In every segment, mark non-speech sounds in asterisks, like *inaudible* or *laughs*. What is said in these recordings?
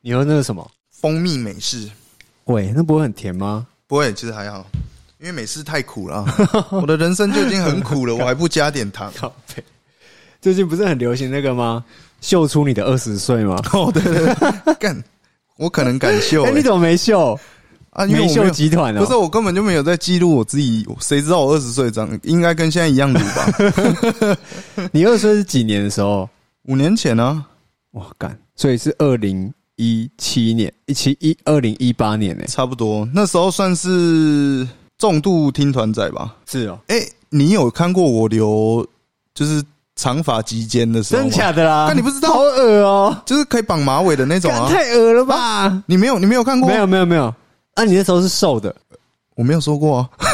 你喝那个什么？蜂蜜美式，喂，那不会很甜吗？不会，其实还好，因为美式太苦了啊、 *laughs* 我的人生就已经很苦了，我还不加点糖。靠背，最近不是很流行那个吗？秀出你的二十岁 *laughs* 吗？哦，对对对，干，我可能敢秀、哎、欸你怎么没秀？啊，因没为我没秀有。集团哦、不是，我根本就没有在记录我自己，谁知道我二十岁长，应该跟现在一样鲁 *laughs* 吧？你二十岁是几年的时候？五年前啊呢、哇，干！所以是二零一七年，一七一二零一八年呢、差不多，那时候算是重度听团仔吧。是哦、哎、你有看过我留就是长发及肩的时候吗？真假的啦？干你不知道好恶哦、就是可以绑马尾的那种干啊？太恶了吧？你没有，你没有看过？没，有没有没有，啊，你那时候是瘦的，我没有收过啊。 *laughs*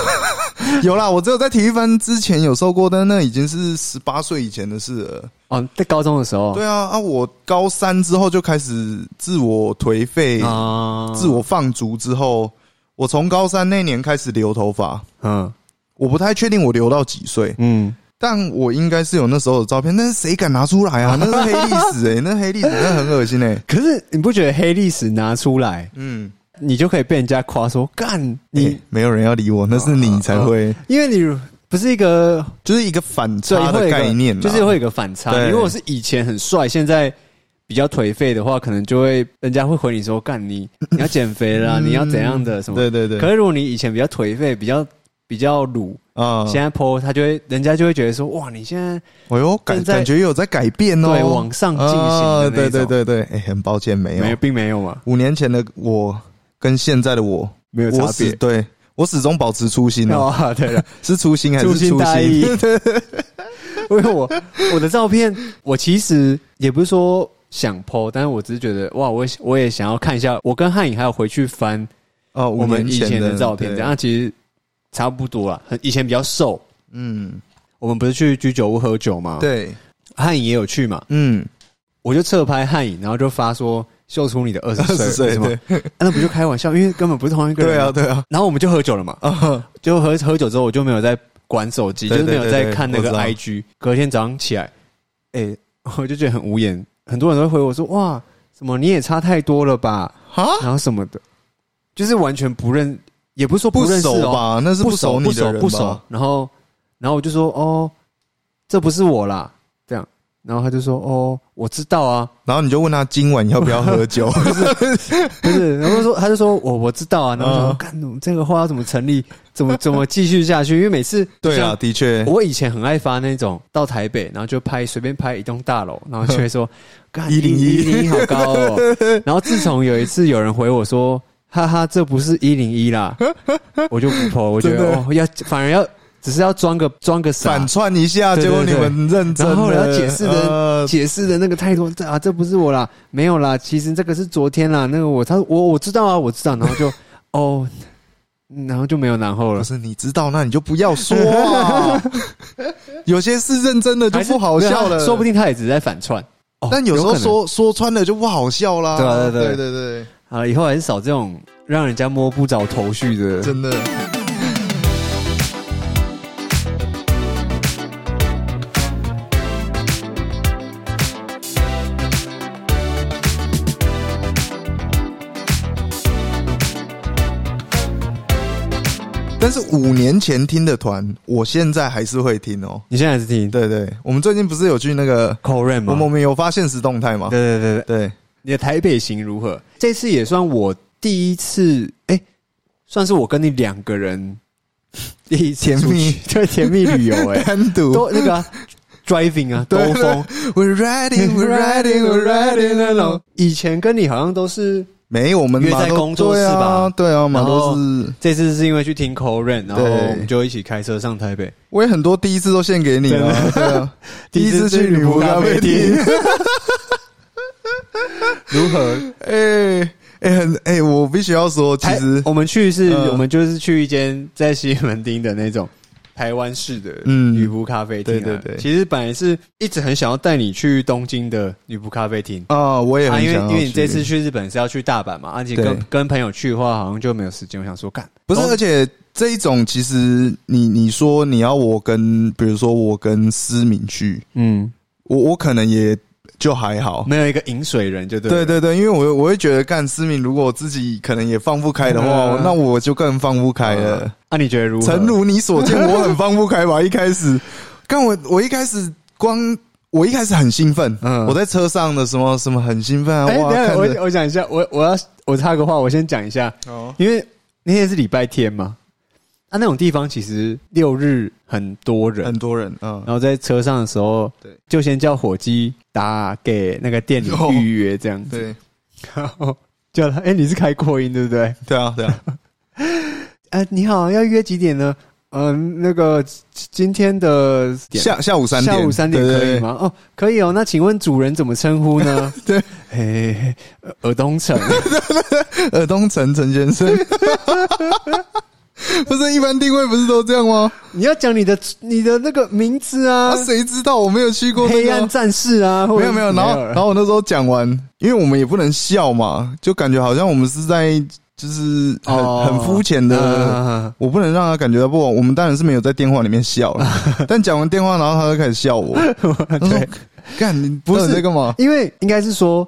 有啦，我只有在体育班之前有收过，但那已经是十八岁以前的事了。哦，在高中的时候，对啊，啊，我高三之后就开始自我颓废、啊，自我放逐之后，我从高三那年开始留头发，嗯我不太确定我留到几岁，嗯，但我应该是有那时候的照片，但是谁敢拿 *laughs* 出来啊？那是黑历史哎、那黑历史那很恶心哎、可是你不觉得黑历史拿出来，嗯，你就可以被人家夸说干你、哦欸没有人要理我，那是你才会，因为你不是一个就是一个反最差会有的一个概念啦，就是会有一个反差。对你如果是以前很帅，现在比较颓废的话，可能就会人家会回你说干 *coughs* 你你要减肥啦，嗯你要怎样的什么。对对对，可是如果你以前比较颓废，比较比较鲁，啊，现在 PO 他就会人家就会觉得说哇，你现在哎呦，感正在感觉有在改变哦，对往上进行的那啊种对对对对，哎、很抱歉，没有没有并没有嘛，五年前的我跟现在的我，没有我差始别。对我始终保持初心哦，哦，对了，是初心还是粗心初大心意？ *laughs* 因为我我的照片，我其实也不是说想 PO，但是我只是觉得哇，我也我也想要看一下，我跟汉影还有回去翻 *laughs* 哦，我五们年以前的的照片，对这样其实差不多啦。很以前比较瘦，嗯，我们不是去居酒屋喝酒吗？，对，汉影也有去嘛，嗯，我就侧拍汉影，然后就发说秀出你的二十二十岁，岁是吗？对啊那不就开玩笑，因为根本不是同一个人。对啊，，对啊，然后我们就喝酒了嘛， *laughs* 就喝喝酒之后，我就没有在管手机，就对是没有对对在对看那我个知道 IG。隔天早上起来，哎，我就觉得很无言，很多人都会回我说：“哇，什么你也差太多了 *laughs* 吧哈？”，然后什么的，就是完全不认，也不是说不认识熟哦，吧？那是不熟不你的熟人不熟吧？。然后，然后我就说：“哦，这不是我啦。”这样，然后他就说：“哦，我知道啊。”然后你就问他今晚要不要喝酒？不是，然后说他就说我我知道啊，然后我说嗯干、我们这个话要怎么成立，怎么怎么继续下去？因为每次对啊，啊，的确，我以前很爱发那种到台北，然后就拍随便拍一栋大楼，然后就会嗯说干101零一好高哦。然后自从有一次有人回我说哈哈，这不是一零一啦，我就不 po，我觉得真的哦要反而要只是要装个装个傻反。串一下，对结果对你对们认真了，然后要解释的呃解释的那个态度，这啊这不是我啦，没有啦，其实这个是昨天啦，那个我他我我知道啊，我知道，然后就 *laughs* 哦，然后就没有然后不了，是你知道，那你就不要说 *laughs* 啊。有些是认真的就还是不好笑没有了，他说不。定他也只是在反串，哦但有时候可能说说穿了就不好笑啦。对啊对啊对对啊对对好了，以后还是少这种让人家摸不着头绪的对，。真的。但是五年前听的团，我现在还是会听哦、你现在还是听对对，我们最近不是有去那个，口 o 吗我？们我们有发现实动态吗？对对对对，对，你的台北行如何？这次也算我第一次，哎，算是我跟你两个人第一次甜出蜜去， *laughs* 对甜蜜旅游哎、 *laughs* 单独。都那个、啊、driving 啊，兜对风。 We're riding, we're riding, we're riding alone。以前跟你好像都是，没，我们约马在都工作室吧对啊，对啊，马然后都是。这次是因为去听 c o r e n 然后对我们就一起开车上台北。我也很多第一次都献给你了，*laughs* 对啊，第一次去女仆咖啡厅， *laughs* 如何？哎哎很哎，我必须要说，其台实我们去是，嗯我们就是去一间在西门町的那种台湾式的嗯女仆咖啡厅、啊对对对其实本来是一直很想要带你去东京的女仆咖啡厅。啊，我也啊，很因为想要因为你这次去去日本是要去大阪嘛，而且对跟跟朋友去的话，好像就没有时间。我想说，干不是，东而且这一种其实你你说你要我跟，比如说我跟思敏去，嗯，我我可能也就还好。没有一个饮水人就对哦对了。对对，因为我我会觉得干思敏，如果我自己可能也放不开的话，嗯那我就更放不开了。啊，你觉得如何？诚如你所见，我很放不开吧。一 *laughs* 开始，干我我一开始光我一开始很兴奋，嗯我在车上的什么什么很兴奋啊，哎、哇，等一下看着我我讲一下，我我要我插个话，我先讲一下，哦因为那天是礼拜天嘛，啊，那种地方其实六日很多人，很多人，嗯，然后在车上的时候，对，就先叫伙计打给那个店里哦预约这样子，对然后叫他，哎、你是开扩音对不对？对啊对啊，啊，你好，要约几点呢？嗯、那个今天的点下下午三点，下午三点对对可以对吗？哦，可以哦。那请问主人怎么称呼 *laughs* 呢？对，哎，呃尔东城，尔东城陈先生，不是一般定位不是都这样吗？ *laughs* 你要讲你的你的那个名字啊啊，，谁知道我没有去过那黑个暗啊。战士啊，或者没有没有，然后了然后我那时候讲完，因为我们也不能笑嘛，就感觉好像我们是在就是很、哦很肤浅的，啊我不能让他感觉到不，我们当然是没有在电话里面笑了，但讲完电话，然后他就开始笑我，他说对，干你不是是在干嘛？因为应该是说。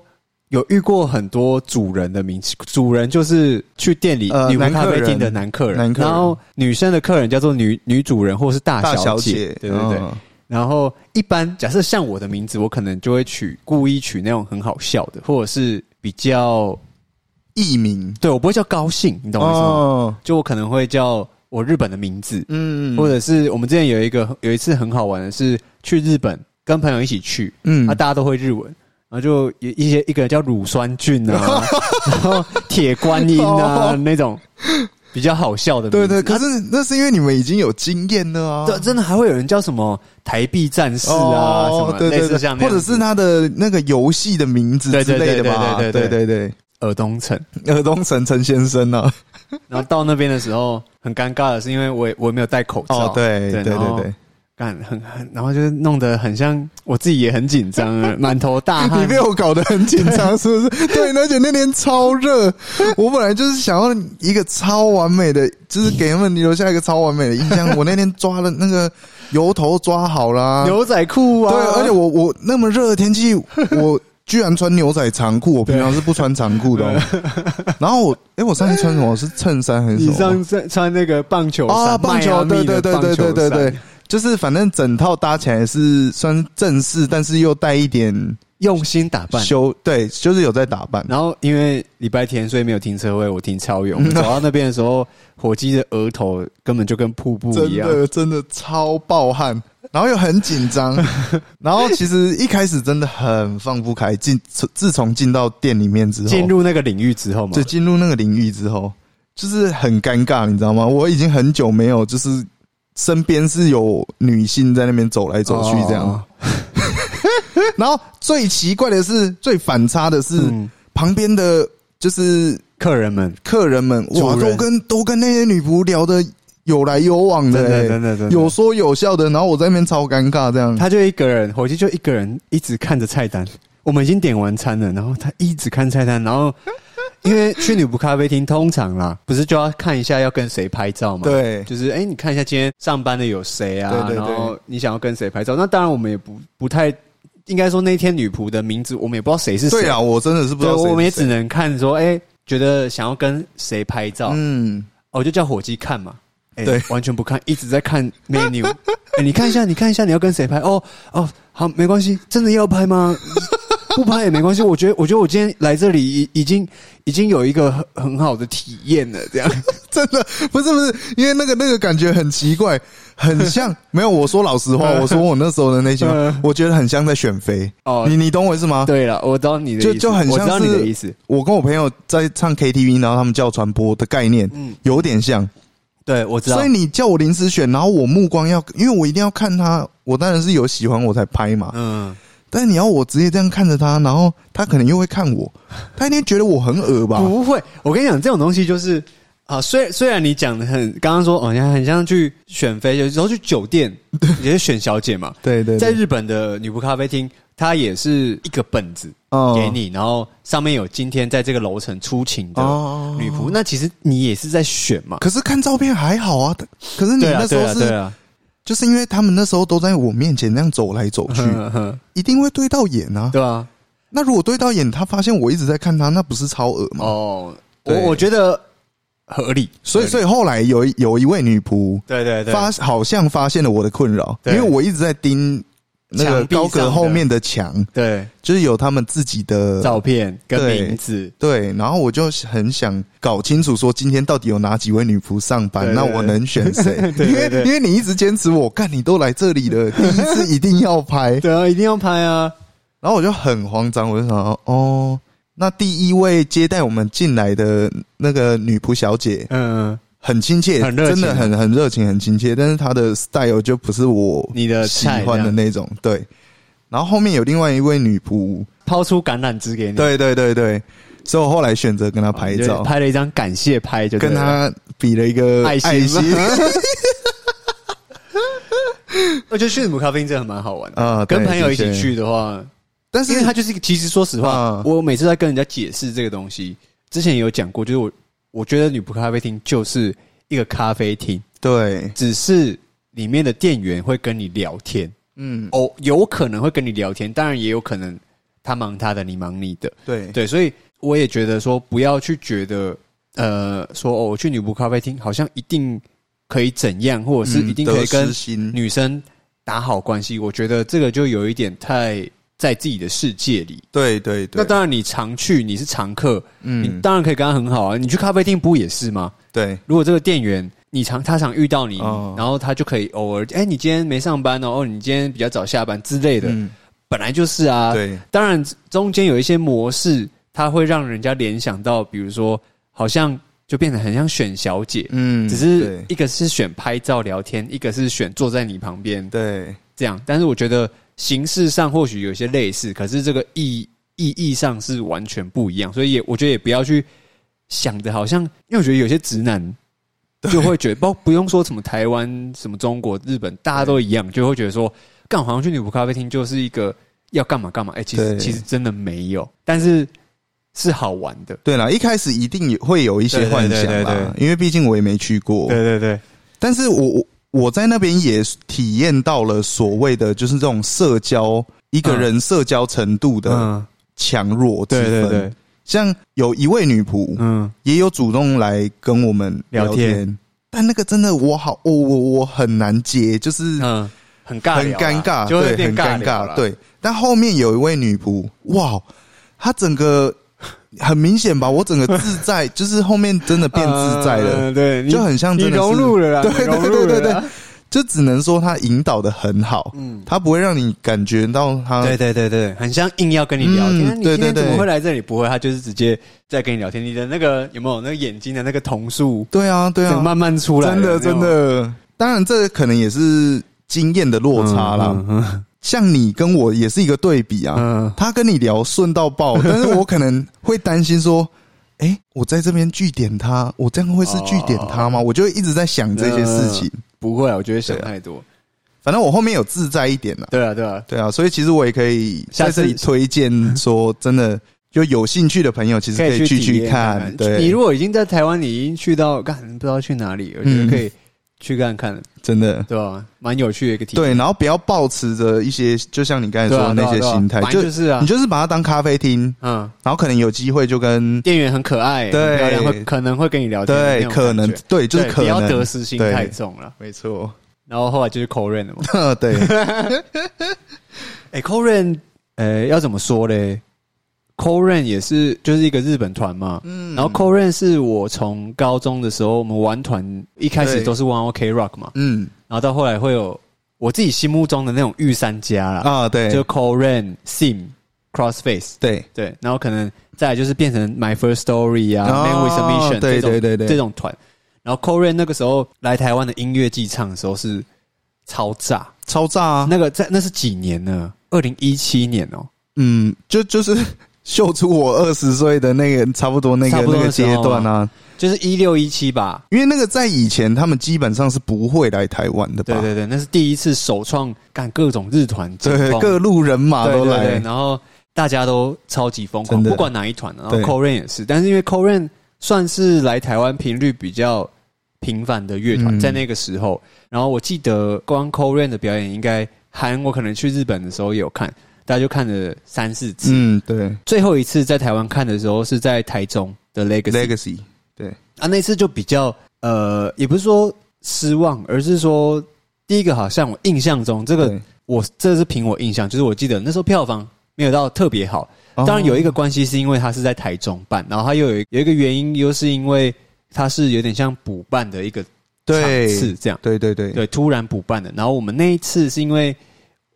有遇过很多主人的名气，主人就是去店里呃女仆咖男客啡人厅的男客人，男客人然后女生的客人叫做女女主人或是大大小小姐，对对对。嗯然后一般假设像我的名字，我可能就会取故意取那种很好笑的，或者是比较艺名，对我不会叫高兴，你懂我意思吗？哦，就我可能会叫我日本的名字，嗯或者是我们之前有一个有一次很好玩的是去日本跟朋友一起去，嗯啊，大家都会日文，然后就一一些一个人叫乳酸菌 *laughs* 啊，然后铁观音啊哦那种比较好笑的名对字，对，可啊是那是因为你们已经有经验了啊。这真的还会有人叫什么台币战士啊，什么哦对类对似对，像那或样者子是他的那个游戏的名字之类的吧？对对对对对对，尔东城。尔东城陈先生哦呢？然后到那边的时候很尴尬的是，因为我也我也没有戴口罩，哦，对对对，然后对，干很很，然后就是弄得很像我自己也很紧张啊，满头大 *laughs* 你汗被。我搞得很紧张，是 *laughs* 不是？对，而且那天超热，我本来就是想要一个超完美的，就是给他们留下一个超完美的印 *laughs* 象。我那天抓了那个油头抓好啦，牛仔裤啊，对，而且我我那么热的天气，我居然穿牛仔长裤，我平常是不穿长裤的、 *laughs* 哦。然后我，哎、我上次穿什么？是衬衫还是你什么？上次穿那个棒球啊，衫，棒球，迈阿对密对的对棒球对对对对衫，，就是反正整套搭起来是算是正式，但是又带一点用心打扮。修，对，就是有在打扮。然后因为礼拜天，所以没有停车位，我停超远。我 *laughs* 们走到那边的时候，火鸡的额头根本就跟瀑布一真样。的真的超暴汗，然后又很 *laughs* 紧张，然后其实一开始真的很放不开。进自从进到店里面之后，进入那个领域之后嘛就，进入那个领域之后，就是很尴尬，你知道吗？我已经很久没有就是身边是有女性在那边走来走去这样。哦然后最奇怪的是，最反差的是、嗯，旁边的就是客人们客人们，哇，主人都跟都跟那些女仆聊的有来有往真的、的欸，真的真的有说有笑的，然后我在那边超尴尬这样。他就一个人，伙计就一个人一直看着菜单。我们已经点完餐了，然后他一直看菜单，然后 *laughs* 因为去女仆咖啡厅通常啦，不是就要看一下要跟谁拍照吗？，对，就是哎、诶你看一下今天上班的有谁啊？对对对然后你想要跟谁拍照？那当然我们也不不太应该说那天女仆的名字我们也不知道谁是谁，对啊，我真的是不对，知道谁是谁。我们也只能看说哎、诶觉得想要跟谁拍照，嗯， *laughs* 哦我就叫伙计看嘛。哎、对完全不看，一直在看 menu。哎、你看一下，你看一下，你要跟谁拍？哦哦，好，没关系，真的要拍吗？不拍也没关系。我觉得，我觉得我今天来这里已已经已经有一个很很好的体验了。这样， *laughs* 真的不是不是，因为那个那个感觉很奇怪，很像 *laughs* 没有。我说老实话，我说我那时候的内心话嗯，我觉得很像在选妃。哦你你懂我意思吗？对了，我知道你的就意思就很我知道像你的是意思。我跟我朋友在唱 KTV，然后他们叫传播的概念，嗯有点像。对，我知道所以。你叫我临时选，然后我目光要，因为我一定要看他，我当然是有喜欢我才拍嘛。嗯，但是你要我直接这样看着他，然后他可能又会看我，他一定觉得我很恶吧？不会。我跟你讲，这种东西就是啊，虽虽然你讲的很，刚刚说哦，你很像去选妃，有时候去酒 *laughs* 店也是选小姐嘛。对对在对日本的女仆咖啡厅，它也是一个本子哦给你，然后上面有今天在这个楼层出勤的哦女仆。那其实你也是在选嘛？可是看照片还好啊，可是你对啊，那时对候啊，是对啊。就是因为他们那时候都在我面前那样走来走 *laughs* 去，哼哼一定嗯会对到眼啊。对啊，那如果对到眼，他发现我一直在看他，那不是超额吗？哦，我嗯对我觉得合理，所以，所以以后来有一有一位女仆对对对，发，好像发现了我的困扰，因对为我一直在盯那个墙壁高阁上后的面的墙，对就是有他们自己的照片跟对名字，呃对，然后我就很想搞清楚，说今天到底有哪几位女仆上班，对对那对我能选谁？ *laughs* 对对对因为因为你一直坚持我，干你都来这里 *laughs* 了，第一次一定要拍，对啊，一定要拍啊，然后我就很慌张，我就想说，哦，那第一位接待我们进来的那个女仆小姐嗯，很亲切，很热情啊真的很很热情，很亲切，但是她的 style 就不是我你的喜菜欢的这样那种，对。然后后面有另外一位女仆，抛出橄榄枝给你，对对对对，所以我后来选择跟她嗯哦，拍你就照，拍了一张感谢拍，就对跟了她比了一个爱心爱心 *laughs* 我觉得去母咖啡因真的蛮好玩的啊对跟朋友一的起确去的话，但是因为它就是一个，其实说实话，啊我每次在跟人家解释这个东西，之前也有讲过，就是我我觉得女仆咖啡厅就是一个咖啡厅，对，只是里面的店员会跟你聊天，嗯，哦，有可能会跟你聊天，当然也有可能他忙他的，你忙你的，对对，所以我也觉得说不要去觉得呃说哦，我去女仆咖啡厅好像一定可以怎样，或者是嗯一定可以跟女女生打好关系，我觉得这个就有一点太在自己的世界里。对对对，那当然，你常去，你是常客，你嗯当然可以跟他很好啊。你去咖啡厅不也是吗？对如果这个店员你常他常遇到你，哦然后他就可以偶尔，哎、你今天没上班哦，哦，你今天比较早下班之类的，嗯本来就是啊。对当然，中间有一些模式，它会让人家联想到，比如说，好像就变得很像选小姐，嗯，只是一个是选拍照聊天，一个是选坐在你旁边，对对这样。但是我觉得形式上或许有些类似，可是这个意意义上是完全不一样，所以也我觉得也不要去想的好像，因为我觉得有些直男就会觉得，包不用说什么台湾、什么中国、日本，大家都一样，就会觉得说，干好像去女仆咖啡厅就是一个要干嘛干嘛，哎、其实对其实真的没有，但是是好玩的。对啦，一开始一定也会有一些幻想对对对啦对，因为毕竟我也没去过，对对，但是我我我在那边也体验到了所谓的就是这种社交一个人社交程度的嗯，强弱之对对分，对，像有一位女仆，嗯，也有主动来跟我们聊聊天，天但那个真的我好，我我我很难接，就是嗯，很尬，很尴尬，就会对，变很尴聊尬，啦，对。但后面有一位女仆，哇，她整个很明显吧，我整个自在， *laughs* 就是后面真的变自在了，嗯对，你就很像你真的融入是，了啦，你对融入对对了对啦，就只能说她引导的很好，嗯，她不会让你感觉到她对对对对，很像硬要跟你聊天，嗯啊你今对对天对怎么会来这里？不会，他就是直接在跟你聊天。你的那个有没有那个眼睛的那个瞳数，对啊对整啊个，慢慢出来了，真的有没有真，的，当然这可能也是经验的落差啦。嗯嗯像你跟我也是一个对比啊，嗯他跟你聊顺到 *laughs* 爆，但是我可能会担心说，哎、我在这边据点他，我这样会是据点他哦吗？我就一直在想这些事情。不会啊，我觉得想对啊太多。反正我后面有自在一点啦，对啊，对啊，对啊，所以其实我也可以下在次这里推荐说，真的就有兴趣的朋友，其实以去去体去验看。你对如，果已经在台湾，你已经去到干不知道去哪里，我觉得嗯可以去看看，真的对吧？蛮有趣的一个体验。对，然后不要抱持着一些，就像你刚才对说啊，对的那啊些对啊心态，反就正就是啊你，就是把它当咖啡厅，嗯。然后可能有机会就跟店员很可爱，很对漂亮，会可能会跟你聊天的那对，种感觉，可能对，就是对可不要能得失心对太重了。没错， *laughs* 然后后来就是 c o r e n 了嘛， *laughs* 对，哎 c o r e n 呃，要怎么说嘞 c o r e n 也是就是一个日本团嘛，嗯然后 c o r e n 是我从高中的时候我们玩团，一开始对都是 One OK Rock 嘛，嗯然后到后来会有我自己心目中的那种御三家啦，啊，对，就 c o r e n Sim、Crossface。对，对，然后可能再来就是变成 My First Story 啊、哦 Man with a Mission 对这种对对对这种团。然后 c o r e n 那个时候来台湾的音乐季唱的时候是超炸，超炸啊，那个在那是几年呢？二零一七年哦、嗯，就 *laughs* 就是秀出我二十岁的那个差不多那个差不多那个的时阶候段啊，就是一六一七吧。因为那个在以前他们基本上是不会来台湾的吧？对对对，那是第一次首创干各种日团整对，风，各路人马对都对对来，然后大家都超级疯狂，真的不管哪一团，然后对 c o r e n 也是，但是因为 c o r e n 算是来台湾频率比较频繁的乐团，嗯在那个时候。然后我记得光 c o r a n 的表演，应该韩我可能去日本的时候也有看，大家就看了三四次。嗯，对最后一次在台湾看的时候是在台中的 Legacy， ，Legacy，对，啊，那次就比较呃，也不是说失望，而是说第一个好像我印象中这个对我这是凭我印象，就是我记得那时候票房没有到特别好，哦当然有一个关系是因为它是在台中办，然后它又有一有一个原因，又是因为它是有点像补办的一个场次对，这样，对对对，对，突然补办的。然后我们那一次是因为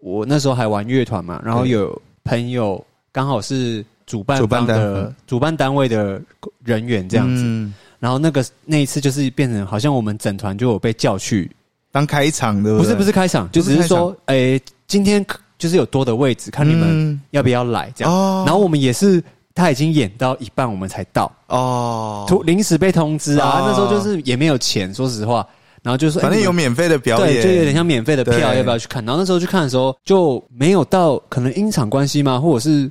我那时候还玩乐团嘛，然后有朋友刚好是主办主办方单的嗯主办单位的人员这样子，嗯然后那个那一次就是变成好像我们整团就有被叫去，当开场的，不是不是开场，就只是说，诶、今天可就是有多的位置，看你们嗯要不要来这样。哦然后我们也是他已经演到一半，我们才到，哦，突临时被通知啊，哦那时候就是也没有钱，说实话，然后就说，诶反正有免费的表对，演，就有点像免费的票，对要不要去看？然后那时候去看的时候就没有到，可能音场关系嘛，或者是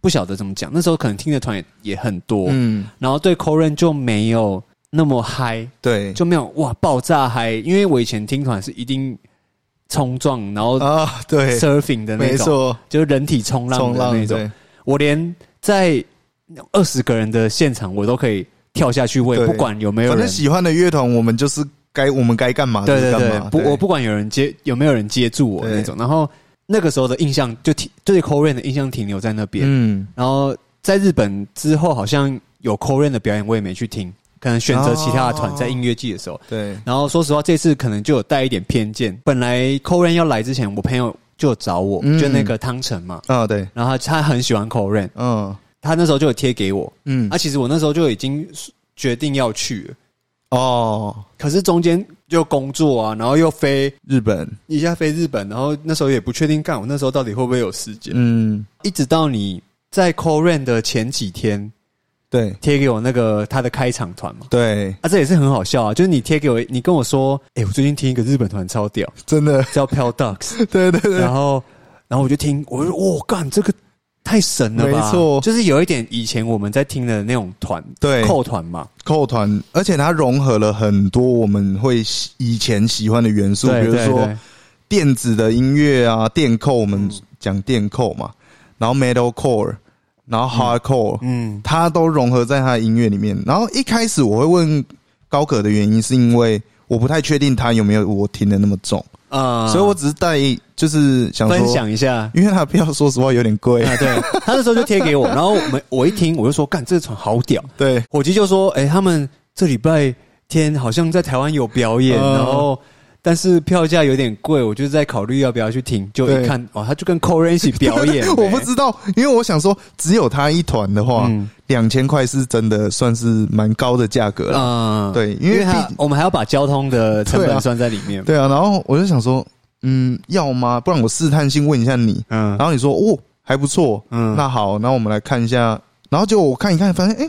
不晓得怎么讲。那时候可能听的团也也很多，嗯，然后对 c o r e n 就没有那么嗨，对，就没有哇爆炸嗨。因为我以前听团是一定冲撞，然后啊， *laughs* 对， surfing 的那没种，错，就是人体冲浪冲的浪那种。对我连在二十个人的现场，我都可以跳下去，我也对不管有没有反人正。喜欢的乐团，我们就是该我们该干嘛就对是对干对嘛，，不，我不管有人接有没有人接住我对那种。然后那个时候的印象就停对 c o r e n 的印象停留在那边。嗯，然后在日本之后，好像有 c o r e n 的表演，我也没去听，可能选择其他的团哦在音乐季的时候。对，然后说实话，这次可能就有带一点偏见。本来 c o r e n 要来之前，我朋友就有找我，嗯就那个汤臣嘛，啊，对，然后他他很喜欢 c o r e n 嗯他那时候就有贴给我。嗯啊，，其实我那时候就已经决定要去了，哦，可是中间就工作啊，然后又飞日本，一下飞日本，然后那时候也不确定干，我那时候到底会不会有时间。嗯，一直到你在 c o r e n 的前几天对贴给我那个他的开场团嘛，对，啊，这也是很好笑啊，就是你贴给我，你跟我说，哎、我最近听一个日本团超屌，真的，叫 p e l Ducks，对对对，然后然后我就听，我就说哇，干这个太神了吧，没错就是有一点以前我们在听的那种团，对扣团嘛， *laughs* 扣团，而且它融合了很多我们会喜以前喜欢的元素，比对如对说对电子的音乐啊，电扣，我们讲电扣嘛，然后 metal core，然后 hardcore，嗯，它都融合在他的音乐里面。然后一开始我会问高可的原因，是因为我不太确定他有没有我听的那么重，啊、所以我只是带就是想说分，享一下，因为他的票说实话有点贵，啊，对，他那时候就贴给我，然后我们我一听我就说，干，这个船好屌。对，伙计就说，哎、他们这礼拜天好像在台湾有表演，嗯然后但是票价有点贵，我就在考虑要不要去听。就一对看，哦，他就跟 c o r e n 一起表 *laughs* 演、我不哎知道，因为我想说只有他一团的话嗯，两千块是真的算是蛮高的价格了，嗯，对，因因为为毕他我们还要把交通的成对本啊算在里面。对啊，然后我就想说，嗯，要吗？不然我试探性问一下你，嗯然后你说哦还不错，嗯那好，那我们来看一下，然后结果我看一看，发现哎哎、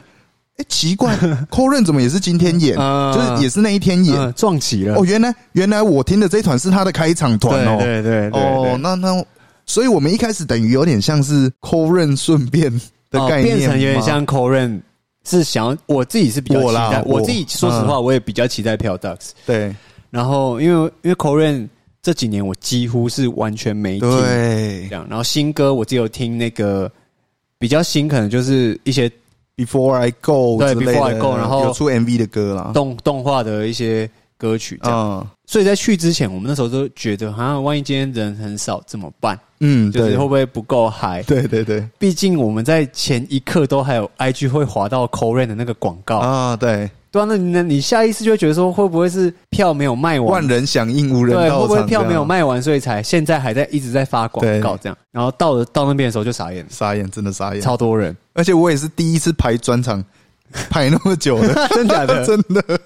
诶奇 *laughs* 怪 c o r e n 怎么也是今天演，啊就是也是那一天演，嗯撞齐了。哦，原来原来我听的这一团是他的开场团哦，对对对对对哦，那那所以我们一开始等于有点像是 c o r e n 顺便的哦概念、变成有点。像 c o r e n 是想要，我自己是比较我期啦待，我我自己说实嗯话，我也比较期待票 Ducks。对然后因为因为 c o r e n 这几年我几乎是完全没听对这样，然后新歌我只有听那个比较新，可能就是一些，Before I Go 对之类的 Before I Go，然后有出 MV 的歌啦，动动画的一些歌曲这样。嗯所以在去之前，我们那时候都觉得，好像万一今天人很少怎么办？嗯，就是对会不会不够嗨？对对对毕竟我们在前一刻都还有 IG 会滑到 c o r e n 的那个广告，啊，对，对啊，那你那你下意识就会觉得说，会不会是票没有卖完万人响应无人对，会到不场这会票样，没有卖完，所以才现在还在一直在发广告这样？然后到了到那边的时候就傻眼了，傻眼，真的傻眼。超多人，而且我也是第一次排专场，排那么久 *laughs* 的，真假的？ *laughs* 真的。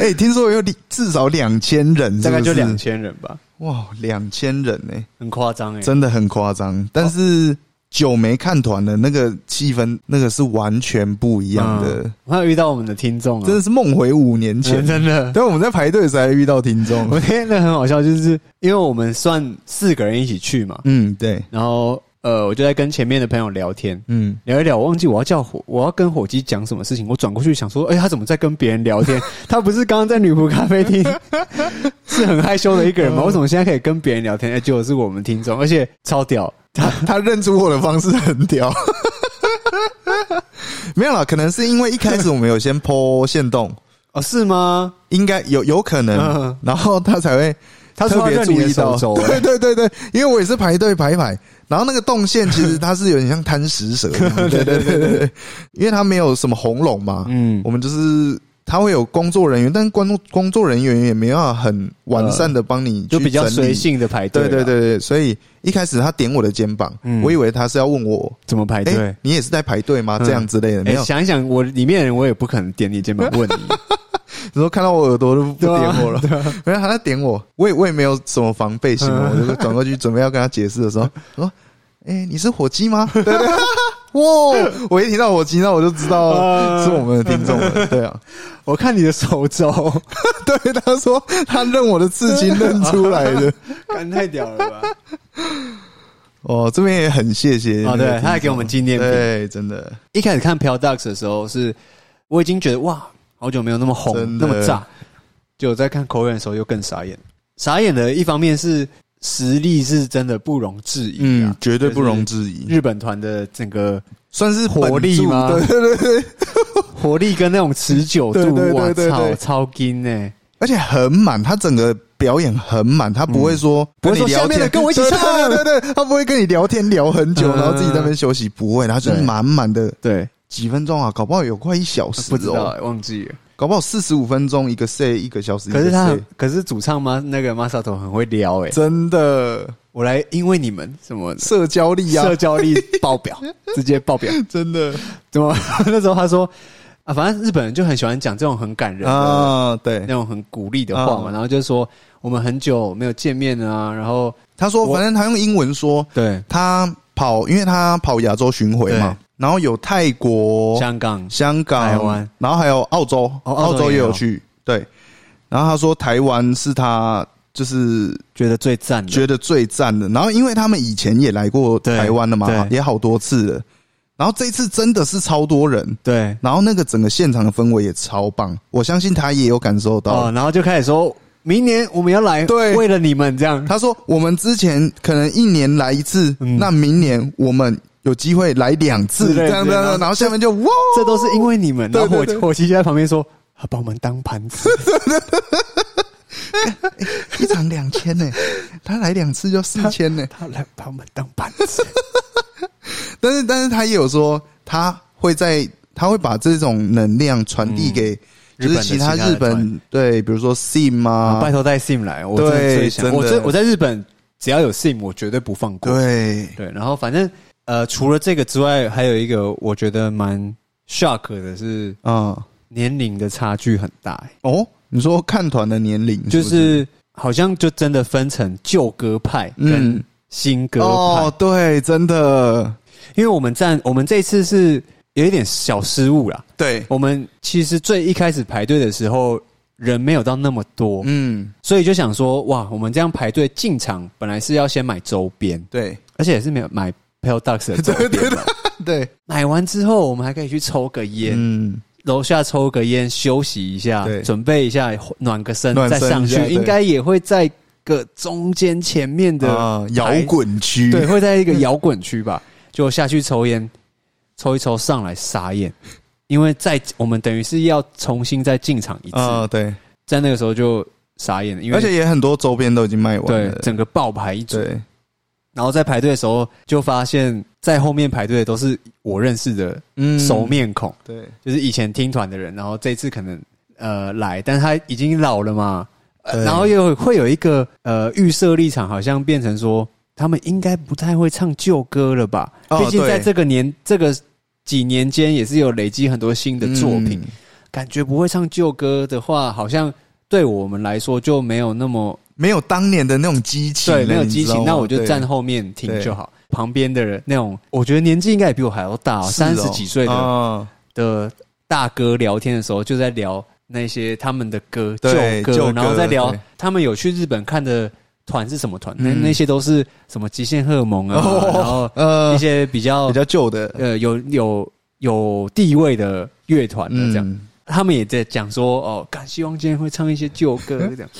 哎、听说有至少两千人是不是大概就两千人吧，哇，两千人呢、很夸张哎。真的很夸张。但哦是久没看团了，那个气氛，那个是完全不一样的，嗯我还有遇到我们的听众啊，真的是梦回五年嗯前。 *laughs* 真的。但我们在排队的时候还遇到听众我，那天那很好笑，就是因为我们算四个人一起去嘛，嗯，对，然后呃，我就在跟前面的朋友聊天，嗯，聊一聊，我忘记我要叫火，我要跟火鸡讲什么事情。我转过去想说，哎、他怎么在跟别人聊 *laughs* 天？他不是刚刚在女仆咖啡厅是很害羞的一个嗯人吗？为什么现在可以跟别人聊天？哎、结果是我们听众，而且超屌。他他认出我的方式很屌。 *laughs* 没有啦，可能是因为一开始我们有先剖线动，哦，是吗？应该有有可能嗯，然后他才会他说特要别认注你的意到。 *laughs* 手肘对欸对对对，因为我也是排队排一排，然后那个动线其实它是有点像贪食 *laughs* 蛇，对对对对对，因为它没有什么红龙嘛，嗯我们就是。他会有工作人员，但工工作人员也没办法很完善的帮你去就比较整理随性的排队，对对，对对，所以一开始他点我的肩膀，嗯我以为他是要问我，怎么排哎、队？你也是在排队吗？嗯这样之类的，没哎有，想一想，我里面的人我也不可能点你肩膀问你，你说看到我耳朵都不对啊嗯点我了，没有他在点我，我也我也没有什么防备心，我就转过去准备要跟他解释的时候，*laughs* 我说，哎、你是火鸡吗？对对对。 *laughs* 哇！我一听到火鸡，那我就知道 *laughs* 啊是我们的听众了。对啊，我看你的手肘，对，他说他认我的刺青认出来的。干太屌了吧！哦，这边也很谢谢哦，那个对，听他还给我众们纪念品。对，真的一开始看《Pale Dogs》的时候是，我已经觉得哇，好久没有那么真红、的那么炸。就在看《口 n 的时候，又更傻眼。傻眼的一方面是实力是真的不容置疑啊，嗯绝对就是不容置疑。日本团的整个算是活力本柱吗对对对对，活力跟那种持久对度对对，我对操对，超欸劲呢！而且很满，他整个表演很满，他不会说、不跟会说你聊下天，面的跟我一起唱对对对对，他不会跟你聊天聊很久，嗯然后自己在那边休息，不会，他就是对满满的对，几分钟啊，搞不好有快一小时不知道哦，欸忘记了。搞不好四十五分钟一个 say 一个小时一可个是 say，他很，可是主唱吗？那个 Masato 很会撩哎，真的我来因为你们什么社交力啊社，交力爆 *laughs* 表，直接爆表。真的怎么 *laughs* 那时候他说啊，反正日本人就很喜欢讲这种很感人的、啊，对那，种很鼓励的话嘛，啊然后就说我们很久没有见面啊，然后他说我反正他用英文说，对他跑，因为他跑亚洲巡回嘛对，然后有泰国、香港香港、台湾，然后还有澳洲，哦澳洲也也有有去。对，然后他说台湾是他就是觉得最赞的，觉得最赞的，然后因为他们以前也来过对台湾了嘛，对也好多次了，然后这一次真的是超多人，对然后那个整个现场的氛围也超棒，我相信他也有感受到。哦，然后就开始说明年我们要来，对为了你们这样， *laughs* 他说我们之前可能一年来一次，嗯那明年我们有机会来两次，之类这的样这样，这样然后下面就哇，这都是因为你们。对然后对火对火鸡就在旁边说。他把我们当盘子， *laughs* 一场两千呢， *laughs* 他来两次就四千呢。他来把我们当盘子，但是，但是他也有说，他会在他会把这种能量传递给、嗯就是其他日本的日其他的本对，比如说 Sim 啊、拜 *laughs* 啊，托带 sim 来，我真对的最想，真的我最我在日本只要有 sim，我绝对不放过。对，对，然后反正呃，除了这个之外，还有一个我觉得蛮 shock 的是啊、年龄的差距很大、欸哦，你说看团的年龄就是不是是好像就真的分成旧歌派跟嗯新歌派，哦，对，真的因为我们站我们这一次是有一点小失误啦，对，我们其实最一开始排队的时候。人没有到那么多，嗯，所以就想说，哇，我们这样排队进场，本来是要先买周边，对 *laughs* 而且也是没有买 Pale Ducks 的周对对边对嘛。对，买完之后，我们还可以去抽个烟，嗯，楼下抽个烟休息一下对，准备一下暖个身暖身再上去一下，对应该也会在个中间前面的啊，摇台，滚区，对，会在一个摇滚区吧， *laughs* 就下去抽烟，抽一抽上来傻眼，因为在我们等于是要重新再进场一次，啊、对，在那个时候就傻眼了，因为而且也很多周边都已经卖完对了，整个爆牌一组，对，然后在排队的时候就发现，在后面排队的都是我认识的嗯熟，面孔。对，就是以前听团的人，然后这次可能呃来，但是他已经老了嘛，呃对然后又会有一个呃预设立场，好像变成说他们应该不太会唱旧歌了吧？哦毕竟对在这个年这个几年间也是有累积很多新的作品，嗯感觉不会唱旧歌的话，好像对我们来说就没有那么没有当年的那种激情了，对，没有激你知道情，吗那我就对站后面听对就好。旁边的人那种，我觉得年纪应该也比我还要大、哦，是哦三十几岁的啊的大哥聊天的时候，就在聊那些他们的歌旧对歌，旧歌然后在聊对嗯他们有去日本看的团是什么团，那、那些都是什么极限荷尔蒙啊，哦然后呃一些比较 *laughs* 比较旧的，呃有有有地位的乐团的这样，嗯他们也在讲说哦，感希望今天会唱一些旧歌嗯这样，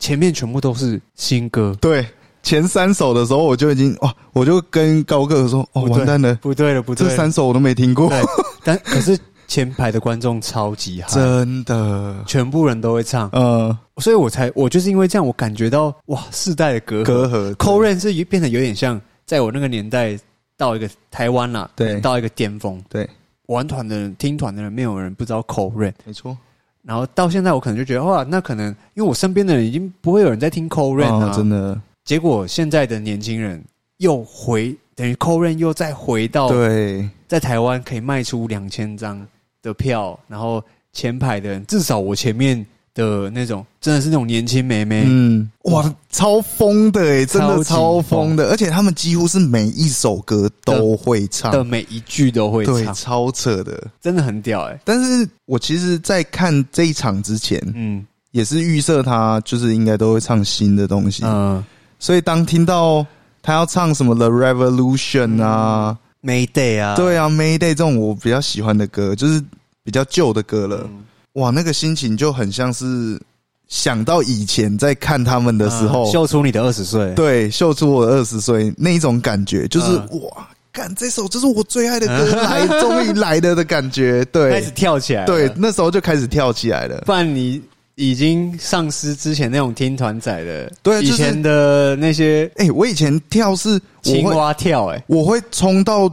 前面全部都是新歌，对，前三首的时候我就已经哇，我就跟高个说，哦，不对完蛋了，不对了，不对这了，三首我都没听过，对，但 *laughs* 可是前排的观众超级嗨，真的，全部人都会唱，呃，所以我才我就是因为这样，我感觉到哇，世代的隔阂，隔阂 c o r e n 是变得有点像，在我那个年代到一个台湾啦、对到一个巅峰，对，玩团的人、听团的人，没有人不知道 c o r e n 没错，然后到现在，我可能就觉得哇，那可能因为我身边的人已经不会有人在听 c o r e n 了、哦真的，结果现在的年轻人又回等于 c o r e n 又再回到对，在台湾可以卖出两千张的票，然后前排的人，至少我前面的那种，真的是那种年轻妹妹，嗯，哇，超疯的哎，真的超超级疯疯的，而且他们几乎是每一首歌都会唱，的每一句都会啊对，唱，超扯的。真的很屌哎、但是我其实，在看这一场之前，嗯也是预设他就是应该都会唱新的东西，嗯、呃、所以当听到他要唱什么《The Revolution》啊， ，Mayday 啊，对啊，《Mayday》这种我比较喜欢的歌，就是比较旧的歌了。嗯哇，那个心情就很像是想到以前在看他们的时候，嗯秀出你的二十岁，对，秀出我二十岁那一种感觉，就是、嗯哇，干这首就是我最爱的歌来，终于来了的 *laughs* 感觉。开对始，跳起来了，对，那时候就开始跳起来了。不然你已经丧失之前那种听团仔的，对就是以前的那些哎、我以前跳是我青会蛙跳哎、我会冲到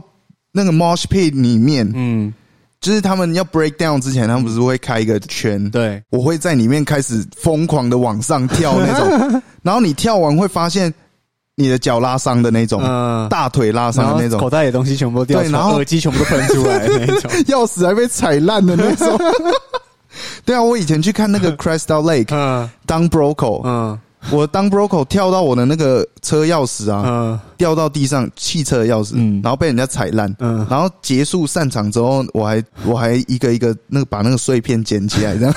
那个 mosh pit 里面，嗯，就是他们要 break down 之前，他们不是会开一个圈，对，我会在里面开始疯狂的往上跳那 *laughs* 种，然后你跳完会发现你的脚拉伤的那种，嗯、大腿拉然伤后的那种口，袋里的东西全部都掉出对来，然后耳机全部都喷出来的那种。 *laughs* 钥匙还被踩烂的 *laughs* 那种。对啊，我以前去看那个 Crystal Lake 嗯当 Broco，、嗯我当 Broco 跳到我的那个车钥匙啊，嗯掉到地上，汽车的钥匙，嗯然后被人家踩烂，嗯然后结束散场之后，我还我还一个一个那个把那个碎片捡起来，这样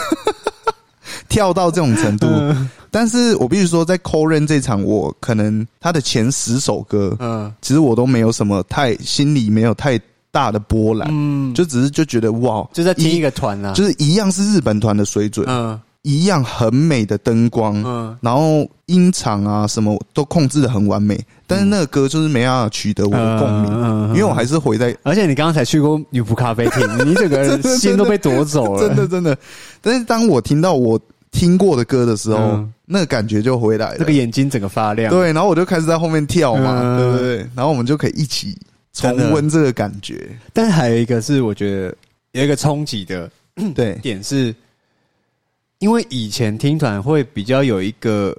*laughs* 跳到这种程度。嗯但是我必须说，在 c o r e n 这场，我可能他的前十首歌，嗯其实我都没有什么太心里没有太大的波澜，嗯，就就只是就觉得哇，就在听一个团啦，就是一样是日本团的水准，嗯一样很美的灯光，嗯然后音场啊什么都控制的很完美，但是那个歌就是没办法取得我的共鸣，嗯嗯嗯嗯因为我还是回在而且你刚刚才去过女仆咖啡 *laughs* 厅，你整个人真的心都被夺走了，真的真的。但是当我听到我听过的歌的时候，嗯那个感觉就回来了。这个眼睛整个发亮。，对，然后我就开始在后面跳嘛，嗯对不对？然后我们就可以一起重温这个感觉。但还有一个是我觉得有一个冲击的对，点是，因为以前听团会比较有一个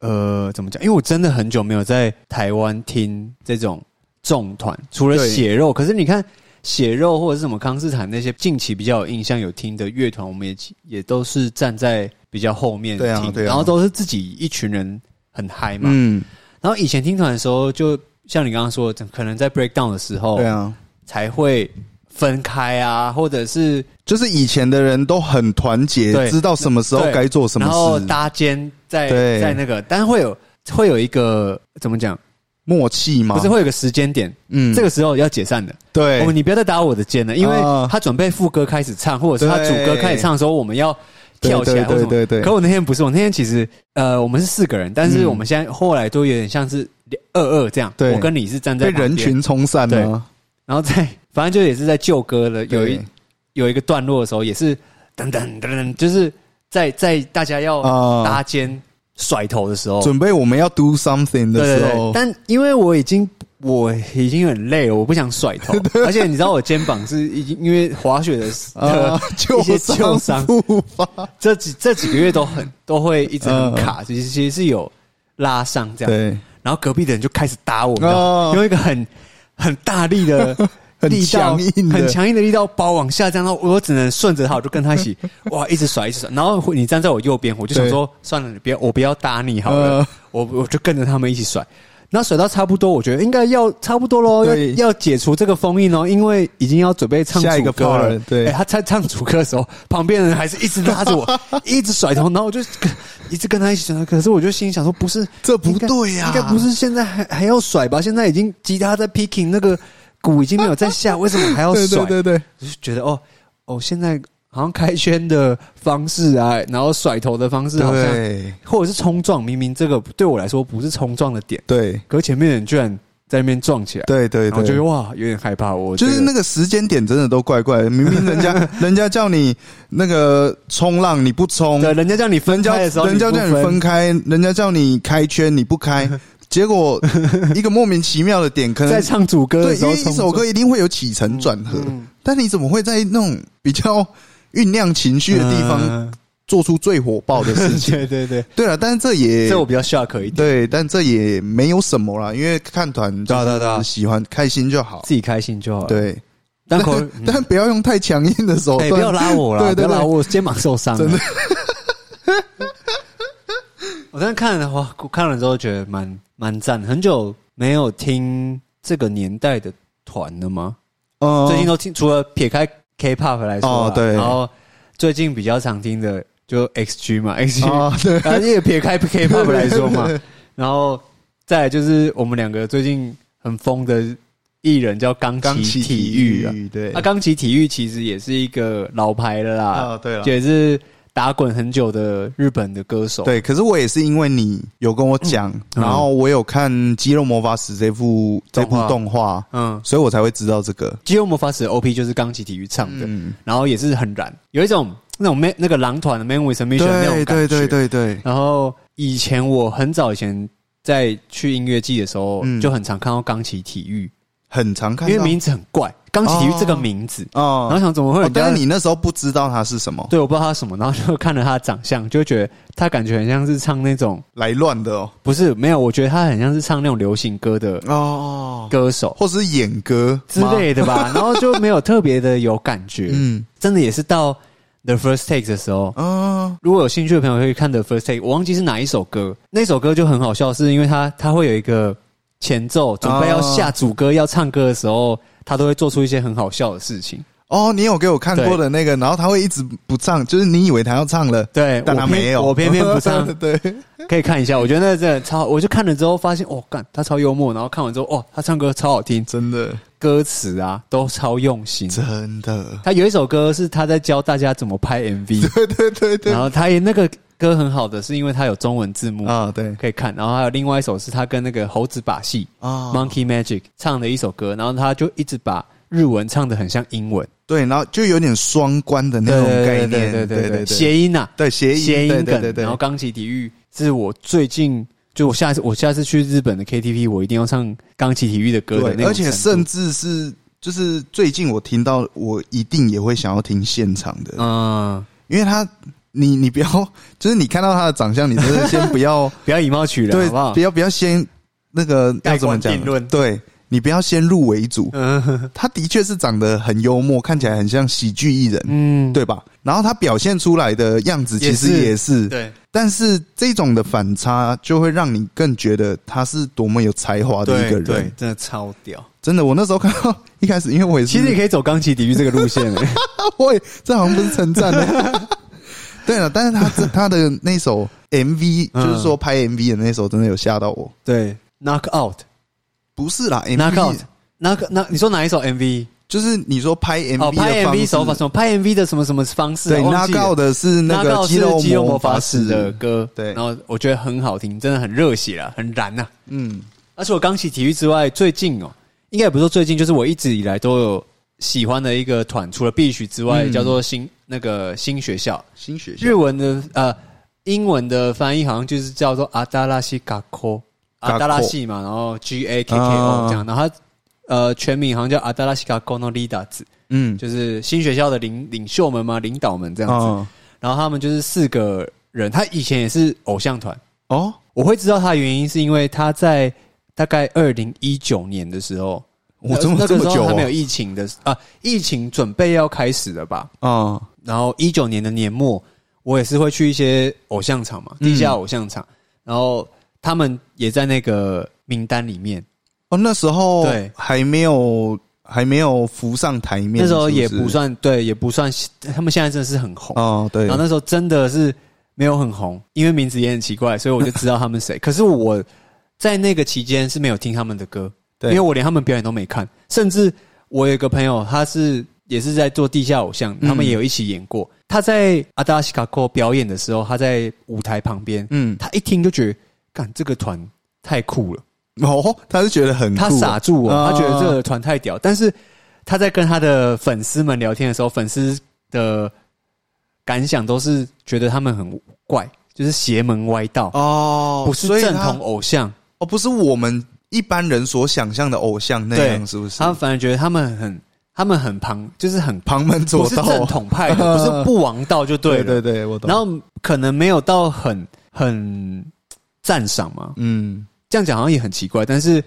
呃怎么讲？因为我真的很久没有在台湾听这种重团，除了对血肉，可是你看。血肉或者是什么康斯坦那些近期比较有印象有听的乐团，我们也也都是站在比较后面听，对啊对啊然后都是自己一群人很嗨嘛。嗯，然后以前听团的时候，就像你刚刚说的，可能在 breakdown 的时候，对啊，才会分开啊，或者是就是以前的人都很团对结，知道什么时候对该做什然后么事，搭肩在对在那个，但会有会有一个怎么讲？默契嘛。不是会有个时间点，嗯这个时候要解散的。对我哦们你不要再打我的肩了，因为啊他准备副歌开始唱，或者是他主歌开始唱的时候，我们要跳起来或对什对么。对对可对，我那天不是，我那天其实呃，我们是四个人，但是嗯我们现在后来都有点像是二二这样。对我跟你是站在被旁边人，群冲散对了。然后在 *laughs* 反正就也是在旧歌了，有一对有一个段落的时候，也是噔噔噔噔，就是在在大家要啊搭肩甩头的时候，准备我们要 do something 的对时对对，，候但因为我已经我已经很累了，我不想甩头， *laughs* 而且你知道我肩膀是已经因为滑雪的 *laughs* 啊的，一些旧旧伤伤，复发，这几这几个月都很都会一直很嗯卡，其实其实是有拉伤这样。对，然后隔壁的人就开始打我，你知哦道吗用一个很很大力 *laughs* 的很力道强硬的很强硬的力道把我往下这样，然后我只能顺着他，我就跟他 *laughs* 一起哇一直甩一直甩。然后你站在我右边，我就想说算了，你不要我不要搭你好了呃，我我就跟着他们一起甩。那水到差不多，我觉得应该要差不多喽，要对要解除这个封印哦，因为已经要准备唱下一主个歌 part 了了。对哎他在唱主歌的时候，旁边的人还是一直拉着 *laughs* 我，一直甩头，然后我就跟一直跟他一起甩。可是我就心里想说，不是，这不对呀应该不是现在还还要甩吧？现在已经吉他在 picking，那个鼓已经没有在下，为什么还要甩？对 *laughs* 对对对，我就觉得哦哦，现在好像开圈的方式啊，然后甩头的方式好像，对或者是冲撞，明明这个对我来说不是冲撞的点，对可是前面的人居然在那边撞起来，对对然后我就觉得对，哇，有点害怕。我这就个是那个时间点真的都怪怪的，明 *laughs* 明人家人家叫你那个冲浪你不冲，对，人家叫你分人家开的时候，人家不叫你分，开，人家叫你开圈你 *laughs* 不开，结果一个莫名其妙的点可能在唱主歌对，的时因候为冲撞，嗯一首歌一定会有起承转合，但你怎么会在那种比较酝酿情绪的地方嗯做出最火爆的事 *laughs* 情？对对对，对了，但是这也这我比较 shock 一点，对，但这也没有什么啦，因为看团就对啊对啊对啊是喜欢开心就好。自己开心就好了。，对，但但口嗯但不要用太强硬的手哎，段，不要拉我啦，对不对要拉对，我，我肩膀受伤了真的。 *laughs* 我当时看了哇，我看了之后觉得蛮蛮赞，很久没有听这个年代的团了吗？嗯最近都听，除了撇开 K-pop 来说啦哦对然后最近比较常听的就 XG 嘛，XG， *laughs* 啊，对，然后也撇开 K-pop 来说嘛 *laughs* 对，对对然后再来就是我们两个最近很疯的艺人叫钢钢琴琴体体育啊，育，对那钢琴体育其实也是一个老牌的啦，啊，对了，也是打滚很久的日本的歌手。对，可是我也是因为你有跟我讲，嗯然后我有看《肌肉魔法使》这部这部动画动画，嗯，所以我才会知道这个。肌肉魔法使 OP 就是钢琴体育唱的，嗯，然后也是很燃，有一种那种 man 那个狼团的 man with a mission 那种对感觉。对对。对对，然后以前我很早以前在去音乐季的时候，嗯就很常看到钢琴体育，很常看因到。为名字很怪，钢琴体育这个名字，然后哦，想怎么会有哦人家、但是你那时候不知道它是什么对，我不知道他什么，然后就看了他的长相，就觉得他感觉很像是唱那种来乱的哦不是没有，我觉得他很像是唱那种流行歌的哦，歌手或是演歌之类的吧，然后就没有特别的有感觉。吗。 *laughs* 嗯真的也是到 The First Take 的时候，啊如果有兴趣的朋友可以看 The First Take，我忘记是哪一首歌，那首歌就很好笑，是因为它它会有一个前奏，准备要哦下主歌、要唱歌的时候，他都会做出一些很好笑的事情。哦，你有给我看过的那个，然后他会一直不唱，就是你以为他要唱了，对，但他我偏没有，我偏偏不唱， *laughs* 对， *laughs* 可以看一下。我觉得那真的超，我就看了之后发现，哦，干，他超幽默，然后看完之后，哦，他唱歌超好听，真的歌词啊都超用心。真的，他有一首歌是他在教大家怎么拍 *laughs* MV，对对对对然后他也那个歌很好的是因为他有中文字幕啊，对可以看，然后还有另外一首是他跟那个猴子把戏啊 Monkey Magic 唱的一首歌，然后他就一直把日文唱的很像英文对，然后就有点双关的那种概念，对对对对对对，谐音啊呐，对谐音谐音对对梗对。对，然后钢琴体育是我最近就我下次我下次去日本的 KTV，我一定要唱钢琴体育的歌的那对，种而且程甚度至是就是最近我听到，我一定也会想要听现场的，嗯，因为他你你不要，就是你看到他的长相，你真的先不 *laughs* 要不要以貌取人，对好不，好不？要不要先那个要怎盖么棺讲定论？对。你不要先入为主，嗯他的确是长得很幽默，看起来很像喜剧艺 *laughs* 人，嗯，对吧？然后他表现出来的样子其实也是也是，对但是这种的反差就会让你更觉得他是多么有才华的一个对人对。，真的超屌。真的，我那时候看到 *laughs* 一开始，因为我也是，其实你可以走钢琴体育这个路线 *laughs* 欸我也这好像不是称赞的。 *laughs* 对了，但是他这他的那首 MV，、嗯就是说拍 MV 的那首，真的有吓到我。对，Knock Out。不是啦 Knock ，MV out，那个那你说哪一首 MV？就是你说拍 MV 哦，拍的方式 MV 手法什么？拍 MV 的什么什么方式？对，我忘拉记了告的是那拉个高是肉肌肉魔法法使的，歌，对然后我觉得很好听，真的很热血啊，很燃呐、嗯，而且我刚起体育之外，最近哦，应该也不是说最近，就是我一直以来都有喜欢的一个团，除了必须之外，嗯叫做新那个新学校，新学校日文的呃英文的翻译好像就是叫做阿达拉西嘎科，学校阿达拉西嘛，然后 G A K K O 啊这样，然后它呃全名好像叫阿达拉西嘎科诺利达子，嗯就是新学校的领领袖们嘛，领导们这样子。哦然后他们就是四个人，他以前也是偶像团。哦我会知道他的原因是因为他在大概二零一九年的时候，我这么那那个这么时候久哦还没有疫情的啊，疫情准备要开始了吧？哦然后一九年的年末，我也是会嗯去一些偶像场嘛，地下偶像场，然后他们也在那个名单里面，哦，那时候对还没有还没有浮上台面，那时候是也是不算对，也不算，他们现在真的是很红。哦，对然，后那时候真的是没有很红，因为名字也很奇怪，所以我就知道他们 *laughs* 谁。可是我在那个期间是没有听他们的歌，因对为我连他们表演都没看。甚至我有一个朋友，他是也是在做地下偶像，嗯他们也有一起演过。他在阿达西卡科表演的时候，他在舞台旁边，嗯，他一听就觉得，干这个团太酷了，哦，他是觉得很酷他傻住我，啊他觉得这个团太屌。但是他在跟他的粉丝们聊天的时候，粉丝的感想都是觉得他们很怪，就是邪门歪道，哦，不是所以正他统偶像。哦，不是我们一般人所想象的偶像那对样，是不是他？们反而觉得他们很，他们很旁，就是很旁门不左是道，正统派 *laughs* 的，不是不王道就对对了。对对，我懂。然后可能没有到很很赞赏嘛，嗯，这样讲好像也很奇怪，但是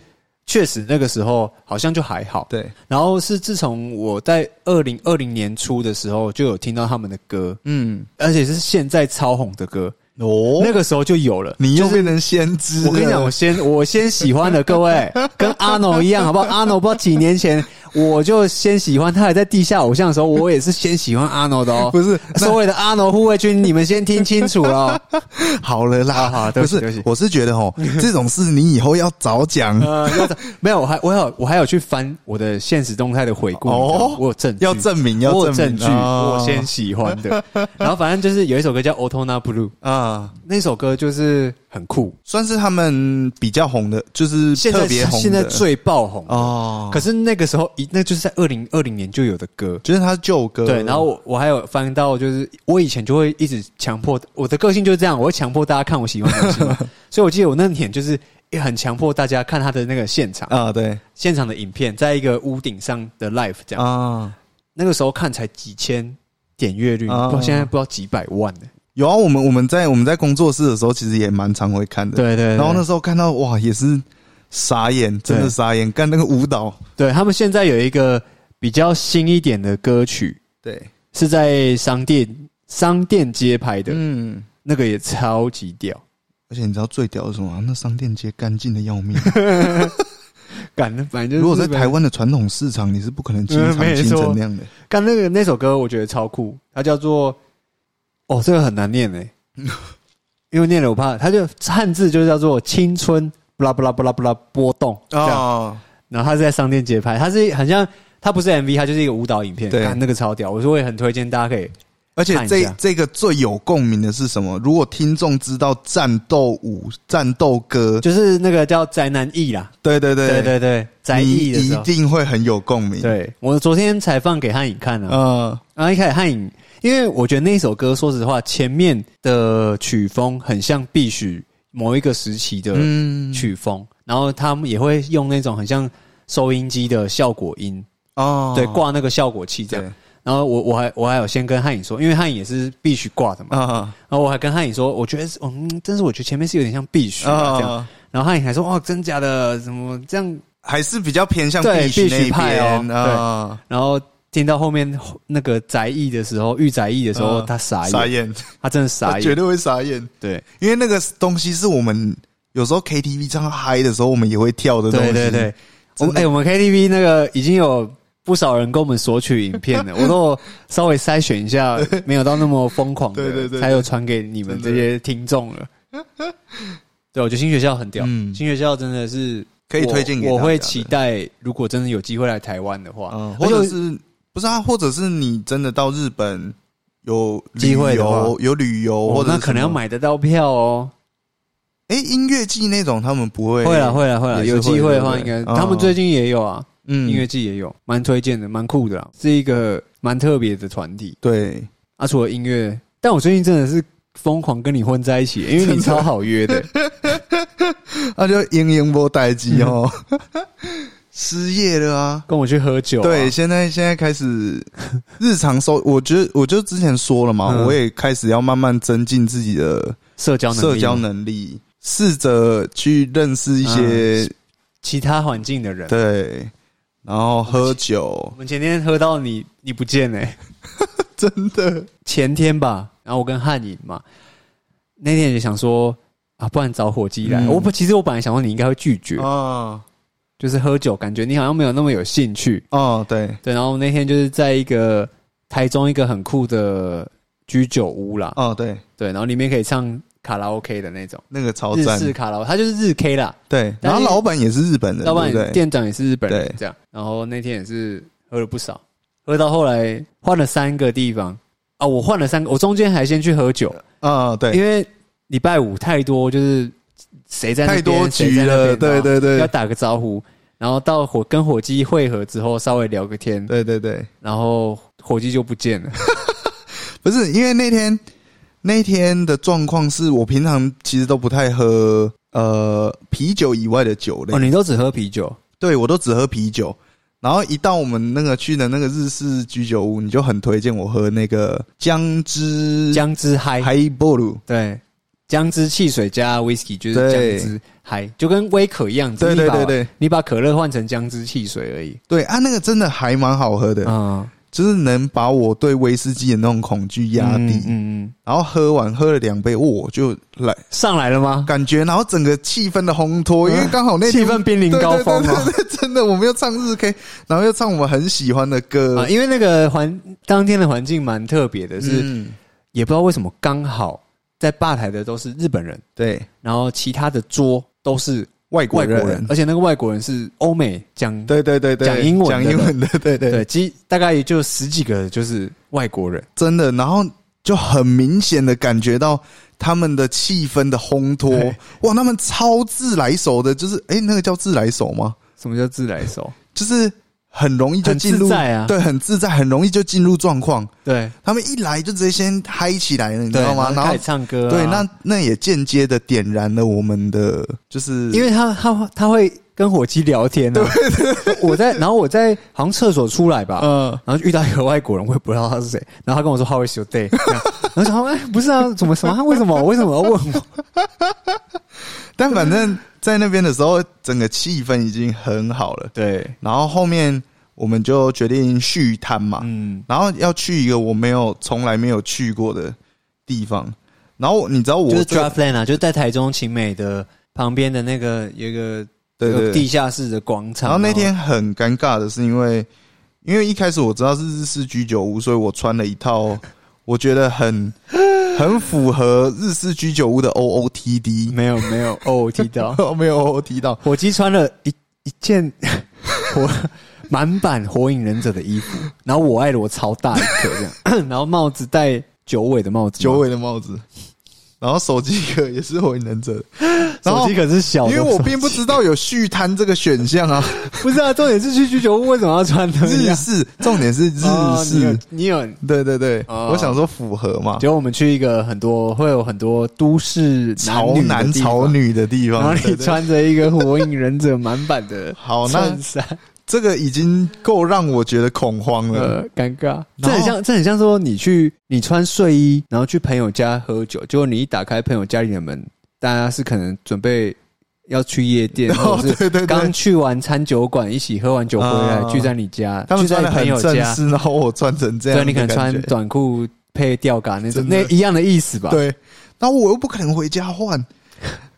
确实那个时候好像就还好。对，然后是自从我在二零二零年初的时候就有听到他们的歌，嗯，而且是现在超红的歌，哦，那个时候就有了。你又变成先知了。我跟你讲，我先我先喜欢的各 *laughs* 位，跟阿诺一样，好不好？阿诺不知道几年前我就先喜欢他，还在地下偶像的时候，我也是先喜欢阿诺的哦。 *laughs* 不是所谓的阿诺护卫军，你们先听清楚了 *laughs* 哦。好了好啦，好对不不起对不是起，我是觉得 *laughs* 哦，这种事你以后要早讲，呃，要找没有，我还我还有我还有去翻我的现实动态的回顾，哦你知道吗我有证据，要证明，我要有证证据，明哦我先喜欢的。 *laughs* 然后反正就是有一首歌叫《Otona Blue》，啊，那首歌就是很酷，算是他们比较红的，就是现在特别红的，现在最爆红哦。哦，可是那个时候一，那就是在二零二零年就有的歌。就是他旧歌，对，然后我我还有翻到，就是我以前就会一直强迫我的个性就是这样，我会强迫大家看我喜欢的东西 *laughs* 嘛，所以我记得我那年就是也很强迫大家看他的那个现场，啊，对现场的影片，在一个屋顶上的 live 这样，啊，那个时候看才几千点阅率，啊不知道现在不知道几百万呢、有啊，我们我们在我们在工作室的时候，其实也蛮常会看的，对对然后那时候看到哇，也是傻眼，真的对傻眼，干那个舞蹈，对他们现在有一个比较新一点的歌曲，对，是在商店商店街拍的，嗯。那个也超级屌。而且你知道最屌的是什么吗？那商店街干净的要 *laughs* 命。干，反正就是如果在台湾的传统市场，你是不可能清嗯场没清错成那样的。干那个那首歌，我觉得超酷，它叫做哦，这个很难念 *laughs* 诶、因为念了我怕，它就汉字就叫做青春，不啦不啦不啦不啦波动这样。哦，然后他是在商店街拍，他是很像，他不是 MV，他就是一个舞蹈影片，对看那个超屌，我是会很推荐大家可以。而且看一这下这个最有共鸣的是什么？如果听众知道战斗舞、战斗歌，就是那个叫宅男艺啦，对对对对对对，宅你艺的时一候，定会很有共鸣。，对我昨天才放给汉影看啊，呃，然后一开始汉影，因为我觉得那首歌，说实话，前面的曲风很像必须某一个时期的嗯，曲风，然后他们也会用那种很像收音机的效果音，哦，对，挂那个效果器这样对。然后我我还我还有先跟汉影说，因为汉影也是必须挂的嘛，啊然后我还跟汉影说，我觉得是，嗯，但是我觉得前面是有点像必须啊、这样。啊，然后汉影还说，哦，真假的，怎么这样？还是比较偏向对必须必须那派哦边啊，然后听到后面那个宅艺的时候，御宅艺的时候，嗯他傻眼，傻眼， *laughs* 他真的他傻绝眼。对会傻眼，对因为那个东西是我们有时候 KTV 唱到嗨的时候，我们也会跳的东西。对对对，我真们的哎、我们 KTV 那个已经有不少人跟我们索取影片 *laughs* 了，我都有稍微筛选一下，没有到那么疯狂的，对对对对才有传给你们这些听众了。对，我觉得新学校很屌，嗯新学校真的是可以推荐给我。我大家会的期待，如果真的有机会来台湾的话，嗯，而或且我者是不是啊？或者是你真的到日本有旅机会的话游有旅游，哦或者那是可能要什么。买得到票哦。哎，音乐季那种他们不会，会了，会了，会也了，是有机会的话，会应对该不对他们最近也有啊，嗯音乐季也有，蛮推荐的，蛮酷的啦，是一个蛮特别的团体。对，啊，除了音乐，但我最近真的是疯狂跟你混在一起，因为你超好约 *laughs* 的。那啊就英英波待机 *laughs* 哦，失业了啊。跟我去喝酒、啊，对，现在现在开始 *laughs* 日常收，我觉得我就之前说了嘛，嗯我也开始要慢慢增进自己的社交能力社交能力，试着去认识一些、嗯其他环境的人。对，然后喝酒我，们前天喝到你你不见哎、 *laughs* 真的前天吧，然后我跟汉影嘛，那天也想说啊，不然找伙计来。嗯我不，其实我本来想说你应该会拒绝，啊就是喝酒，感觉你好像没有那么有兴趣。哦，对，对，然后那天就是在一个台中一个很酷的居酒屋啦，哦对，对，然后里面可以唱卡拉 OK 的那种那个超日哦赞，式卡拉，它就是日 K 啦，对，但然是后老板也是日本人，老板对不对？店长也是日本人对这样。然后那天也是喝了不少，喝到后来换了三个地方啊，我换了三个，我中间还先去喝酒，啊，对，因为礼拜五太多就是谁在那太边多谁局在那边了，对然后对要对，打个招呼。然后到火跟火鸡会合之后，稍微聊个天，对对对，然后火鸡就不见了。不是因为那天那天的状况是我平常其实都不太喝呃啤酒以外的酒类，哦，你都只喝啤酒，对我都只喝啤酒。然后一到我们那个去的那个日式居酒屋，你就很推荐我喝那个姜汁姜汁嗨，海波鲁，对，姜汁汽水加 whisky 就是对姜汁嗨，就跟威可一样，只是对你对把对对你把可乐换成姜汁汽水而已。对啊，那个真的还蛮好喝的，嗯，就是能把我对威士忌的那种恐惧压低。嗯嗯嗯，然后喝完喝了两杯，哦我、就来上来了吗？感觉，然后整个气氛的烘托，因为刚好那嗯气天氛濒临高峰啊对对吗？对对对真的，我们又唱日 K，然后又唱我们很喜欢的歌啊，，因为那个环当天的环境蛮特别的，是、嗯也不知道为什么刚好在吧台的都是日本人，对然后其他的桌都是外外国国人，而且那个外国人是欧美讲对对对对，讲英文的讲英文的，对对对，几大概也就十几个就是外国人。真的，然后就很明显的感觉到他们的气氛的烘托对，哇，他们超自来熟的，就是哎、诶那个叫自来熟吗？什么叫自来熟？就是很容易 *laughs* 就很进入自，在啊对，很自在，很容易就进入状况。对，他们一来就直接先嗨起来了，你知对，道吗？然开后始唱歌啊、对，那那也间接的点燃了我们的，就是因为他他他会跟火鸡聊天 *laughs* 呢、啊。我在，然后我在好像厕所出来吧，嗯然后就遇到一个外国人，我也不知道他是谁，然后他跟我说 How is your day？这样然后想说，哎，不是啊，怎么什么？他为什么为什么要问我？但反正在那边的时候，整个气氛已经很好了。 *laughs* 对，然后后面我们就决定续摊嘛，嗯，然后要去一个我没有从来没有去过的地方。然后你知道我就是这 Draftland 啊，就是在台中晴美的旁边的那个有一个对有对个对地，下室的广场。然后那天很尴尬的是因为，因为一开始我知道是日式居酒屋，所以我穿了 *laughs* 一套我觉得很很符合日式居酒屋的 OOTD，没有没有哦， *laughs* 我提到 *laughs* 没有 OOT 到，火鸡穿了一一件 *laughs* 火满版火影忍者的衣服，然后我爱罗超大一颗这样，然 *coughs* 后帽子戴九尾的帽子嘛，九尾的帽子，然后手机壳也是火影忍 *laughs* 者的，然手后机可是小的因手为机，我并不知道有续摊这个选项啊， *laughs* 不是啊，重点是去居酒屋为什么要穿 *laughs* 那日样？式，重点是日哦你有式，你有，对对对，哦我想说符合嘛，结果我们去一个很多会有很多都市潮女的男地方潮，女的地然后方，你对对穿着一个火影忍者满版的好那衬衫，这个已经够让我觉得恐慌了，呃，尴尬。这然后很像，这很像说你去你穿睡衣，然后去朋友家喝酒，结果你一打开朋友家里的门，大家是可能准备要去夜店，或哦者对对是对刚去完餐酒馆，一起喝完酒回来啊聚在你家，他们聚在穿你的朋很友正家，式，然后我穿成这样对的你可能感觉，穿短裤配吊嘎那种，真那的一样的意思吧？对，然后我又不可能回家换，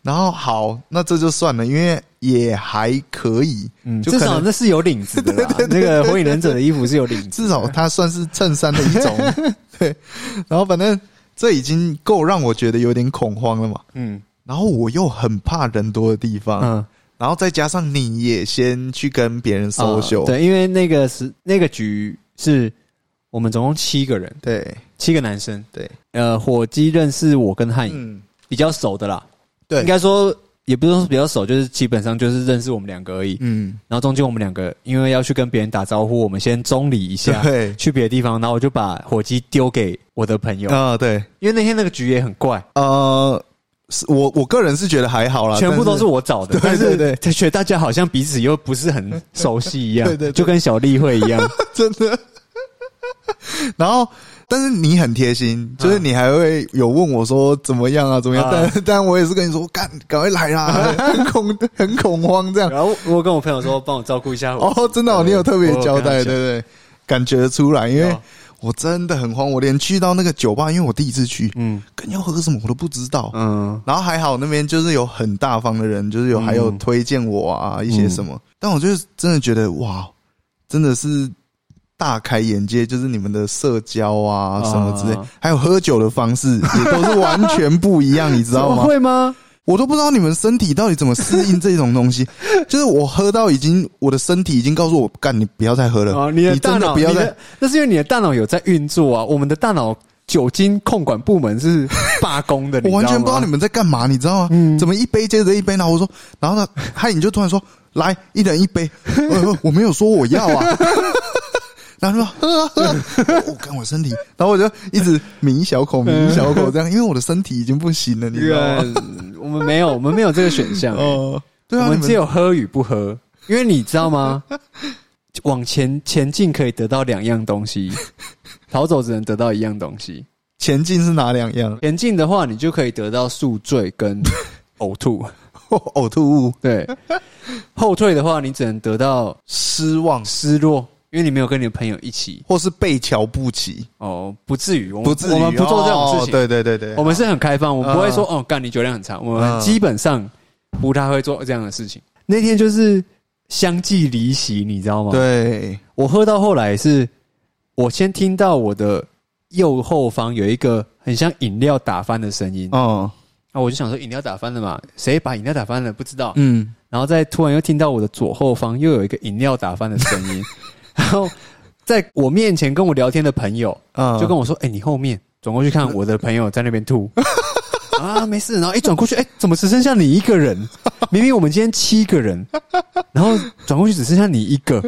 然后好，那这就算了，因为也还可以，嗯，就至可少能那是有领子的 *laughs* 啦。那个火影忍者的衣服是有领子的，至少它算是衬衫的一种。 *laughs* 对，然后反正这已经够让我觉得有点恐慌了嘛。嗯然后我又很怕人多的地方，嗯，然后再加上你也先去跟别人啊 social，、对，因为那个是那个局是我们总共七个人。对七个男生，对，呃，火鸡认识我跟汉影、嗯，比较熟的啦，对应该说也不是说比较熟，就是基本上就是认识我们两个而已。嗯，然后中间我们两个因为要去跟别人打招呼，我们先中理一下，对，去别的地方，然后我就把火鸡丢给我的朋友，啊、对，因为那天那个局也很怪，呃，是我我个啊人是觉得还好啦，全部都是我，我找的，对对对但是觉得大家好像彼此又不是很熟悉一样， *laughs* 对对对就跟小例会一 *laughs* 样，真的。然后，但是你很贴心，就是你还会有问我说怎么样啊，怎么样？嗯啊但但我也是跟你说，干，赶快来啦， *laughs* 很恐很恐慌这样。然后我跟我朋友说帮我照顾一下我，哦，真的、哦，对你有特别我有交跟他代，对讲哦对，感觉出来，因为有我真的很慌，我连去到那个酒吧，因为我第一次去，嗯跟要喝什么我都不知道。嗯然后还好那边就是有很大方的人，就是有还有推荐我啊、一些嗯什么，但我就是真的觉得哇，真的是大开眼界，就是你们的社交啊啊什么之类，还有喝酒的方式也都是完全不一样，你知怎道 *laughs* 么吗？会吗？我都不知道你们身体到底怎么适应这种 *laughs* 东西，就是我喝到已经我的身体已经告诉我，干你不要再喝了，啊，嗯你的大真的脑，不要你再的那是因为你的大脑有在运作啊。我们的大脑酒精控管部门 *laughs* 是罢工的，我完全不知道你们们在干嘛，你知道吗？嗯怎么一杯接着一杯？然后我说，然后呢，嗨，你就突然说，来，一人一杯。我说我没有说我要啊。 *laughs* 然后他说 *laughs* 喝啊喝啊，我我看我身体，然后我就一直抿一小口，嗯抿一小口这样，因为我的身体已经不行了，你知道吗？我们没有，我们没有这个选项、欸哦，对啊，我们你只们有喝与不喝，因为你知道 *laughs* 吗？往前前进可以得到两样东西，逃走只能得到一样东西。前进是哪两样？ *laughs* 前进的话，你就可以得到宿醉跟呕吐；呕吐物、 *laughs* 对，后退的话，你只能得到失望，失落，因为你没有跟你的朋友一起。或是被瞧不起，哦，不至于，我们不至于我们不做这种事哦情。对对对对，我们是很开放，我们不会说、哦，干你酒量很差，我们嗯基本上不太会做这样的事情。那天就是相继离席，你知道吗？对，我喝到后来是，我先听到我的右后方有一个很像饮料打翻的声音，哦，啊，我就想说饮料打翻了嘛，谁把饮料打翻了不知道，嗯，然后再突然又听到我的左后方又有一个饮料打翻的声 *laughs* 音，然后在我面前跟我聊天的朋友啊就跟我说：“哎、你后面转过去看，我的朋友在那边 *laughs* 吐。”啊，没事。然后一转过去，哎、怎么只剩下你一个人？明明我们今天七个人，然后转过去只剩下你一个。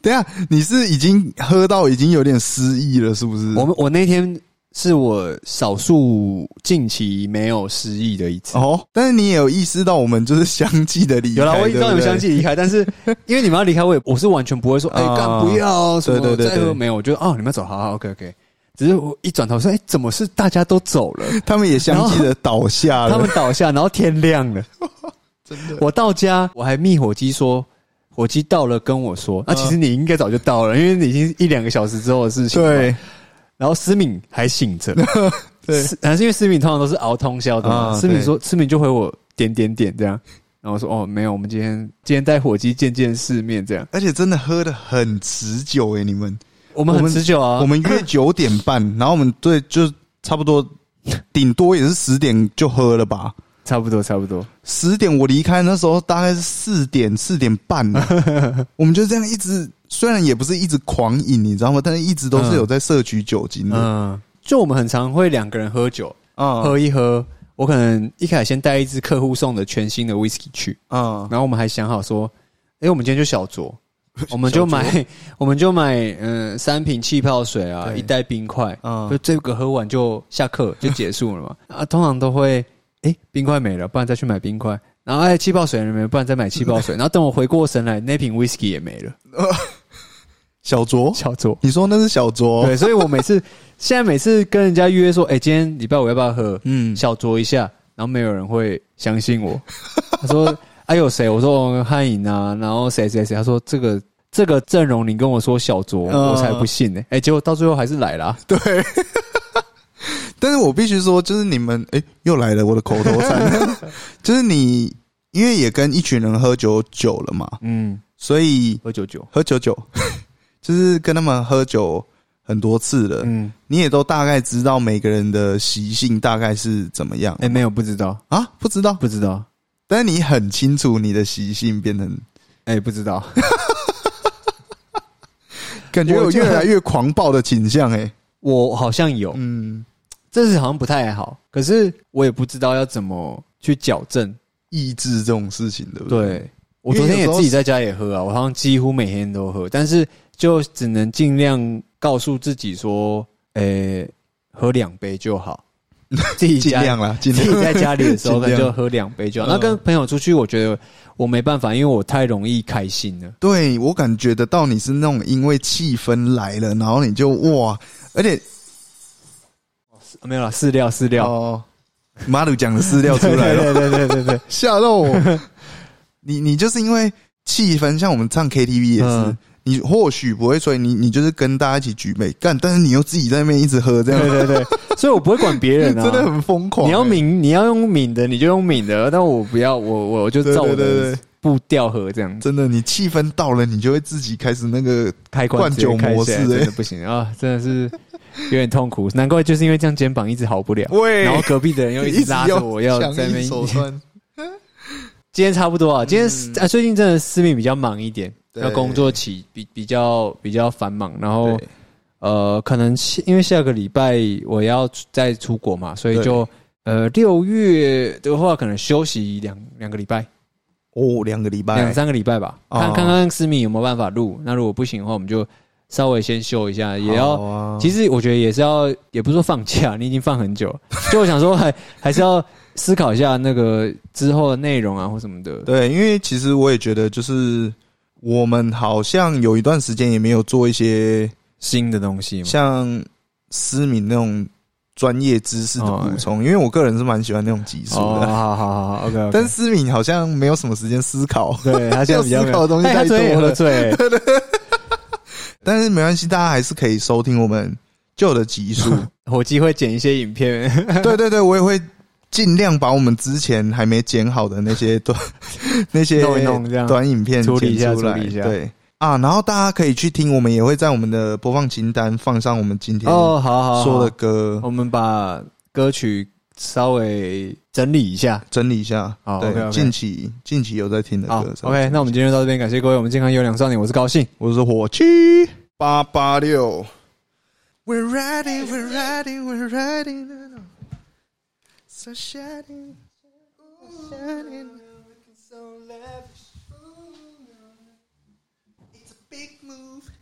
等一下，你是已经喝到已经有点失忆了，是不是？我们我那天是我少数近期没有失忆的一次。哦，但是你也有意识到我们就是相继的离开，有啦，我知道你们对不对相继离开，但是因为你们要离开，我也我是完全不会说，哎、啊干不要什么，对对对再喝对没有，我觉得哦，你们要走，好好，OK OK。只是我一转头说，哎、怎么是大家都走了，他们也相继的倒下了，他们倒下，然后天亮了。真的我到家，我还密火鸡说，火鸡到了跟我说，那、其实你应该早就到了，因为你已经一两个小时之后的事情。，对然后思敏还醒着，对思，还是因为思敏通常都是熬通宵的嘛。啊思敏说，思敏就回我点点点这样，然后我说哦没有，我们今天今天带火鸡见见世面这样。而且真的喝的很持久欸诶、你们，我们很我们持久啊，我们约九点半，然后我们对就差不多，顶多也是十点就喝了吧。差不多差不多。十点我离开那时候大概是四点四点半 *laughs* 了，我们就这样一直，虽然也不是一直狂饮，你知道吗？但是一直都是有在摄取酒精的。嗯，就我们很常会两个人喝酒，嗯喝一喝。我可能一开始先带一支客户送的全新的 whisky 去，嗯，然后我们还想好说，哎、我们今天就小酌，我们就买，我们就买，嗯、三瓶气泡水啊，对一袋冰块，嗯就这个喝完就下课就结束了嘛。啊，通常都会，哎、冰块没了，不然再去买冰块。然后哎，气泡水也没了，不然再买气泡水。然后等我回过神来，那瓶 whisky 也没了，小酌，小酌。你说那是小酌？对，所以我每次现在每次跟人家约说，哎、今天礼拜五要不要喝？嗯，小酌一下，然后没有人会相信 *laughs* 我。他说：“哎、有谁？”我说：“哦汉颖啊。”然后谁谁谁？他说：“这个这个阵容，你跟我说小酌，嗯我才不信呢、哎、结果到最后还是来了、啊。对。但是我必须说，就是你们，哎、又来了我的口头禅， *laughs* 就是你，因为也跟一群人喝酒久了嘛，嗯，所以喝酒酒。喝酒 *laughs* 酒，就是跟他们喝酒很多次了，嗯，你也都大概知道每个人的习性大概是怎么样、哎、没有，不知道，啊？不知道，不知道，但是你很清楚你的习性变成，哎、不知道。感觉有我就越来越狂暴的倾向、哎，我好像有，嗯，这次好像不太好，可是我也不知道要怎么去矫正。抑制这种事情，对不对？对，我昨天也自己在家也喝啊，我好像几乎每天都喝，但是就只能尽量告诉自己说，诶、喝两杯就 *laughs* 好。自己尽家量啦，尽自己量。在家里的 *laughs* 时候，尽可量能就喝两杯就好。那嗯跟朋友出去，我觉得我没办法，因为我太容易开心 *laughs* 了。对我感觉得到你是那种因为气氛来了，然后你就哇，而且啊没有啦，饲料饲料哦，马鲁讲的饲料出来 *laughs* 了，对对对对对对，吓到我。你你就是因为气氛，像我们唱 KTV 也是，嗯你或许不会吹，你你就是跟大家一起举杯干，但是你又自己在那边一直喝，这样对对对，所以我不会管别人啊， *laughs* 真的很疯狂、你要欸抿，你要用抿的，你就用抿的，但我不要，我我我就照我对对对的对步调喝这样，真的，你气氛到了，你就会自己开始那个开关灌直接酒开模起式、来真欸的。不行啊，真的是有点痛苦，难怪就是因为这样肩膀一直好不了，喂然后隔壁的人又一一直拉着我要在那边哦边。手段，今天差不多啊，今天、啊最近真的思敏比较忙一点，对要工作起比比较比较繁忙，然后对呃，可能下因为下个礼拜我要出再出国嘛，所以对就呃六月的话可能休息两两个礼拜，哦，两个礼两拜，三个礼拜吧，哦看看看思敏有没有办法录，那如果不行的话，我们就稍微先休一下，也要好啊其实我觉得也是要，也不是说放假，你已经放很 *laughs* 久了，就我想说还还是要思考一下那个之后的内容啊或什么的。对，因为其实我也觉得，就是我们好像有一段时间也没有做一些新的东西嘛，像思敏那种专业知识的补充，因为我个人是蛮喜欢那种技术 *laughs* 哦，的，好好好好，OK，, 但思敏好像没有什么时间思考。 *laughs* 对他现在比较要思考的东西哎他太多昨天也喝了醉，但是没关系，大家还是可以收听我们旧的集数。火鸡会剪一些影片，对对对，我也会尽量把我们之前还没剪好的那些短 *laughs* 那些弄一弄这样短影片处理一下剪出来处理一下对啊，然后大家可以去听，我们也会在我们的播放清单放上我们今 *laughs* 天哦，好哦好好说的，歌，我们把歌曲稍微整理一下。整理一下。好对，哦 OK，OK 近期近期有在听的好歌。 ，OK，那我们今天就到这边，感谢各位，我们健康优良少年，我是高兴。我是火鸡八八六。We're ready, we're ready, we're ready. So shining, so shining, so lavish. It's a big move.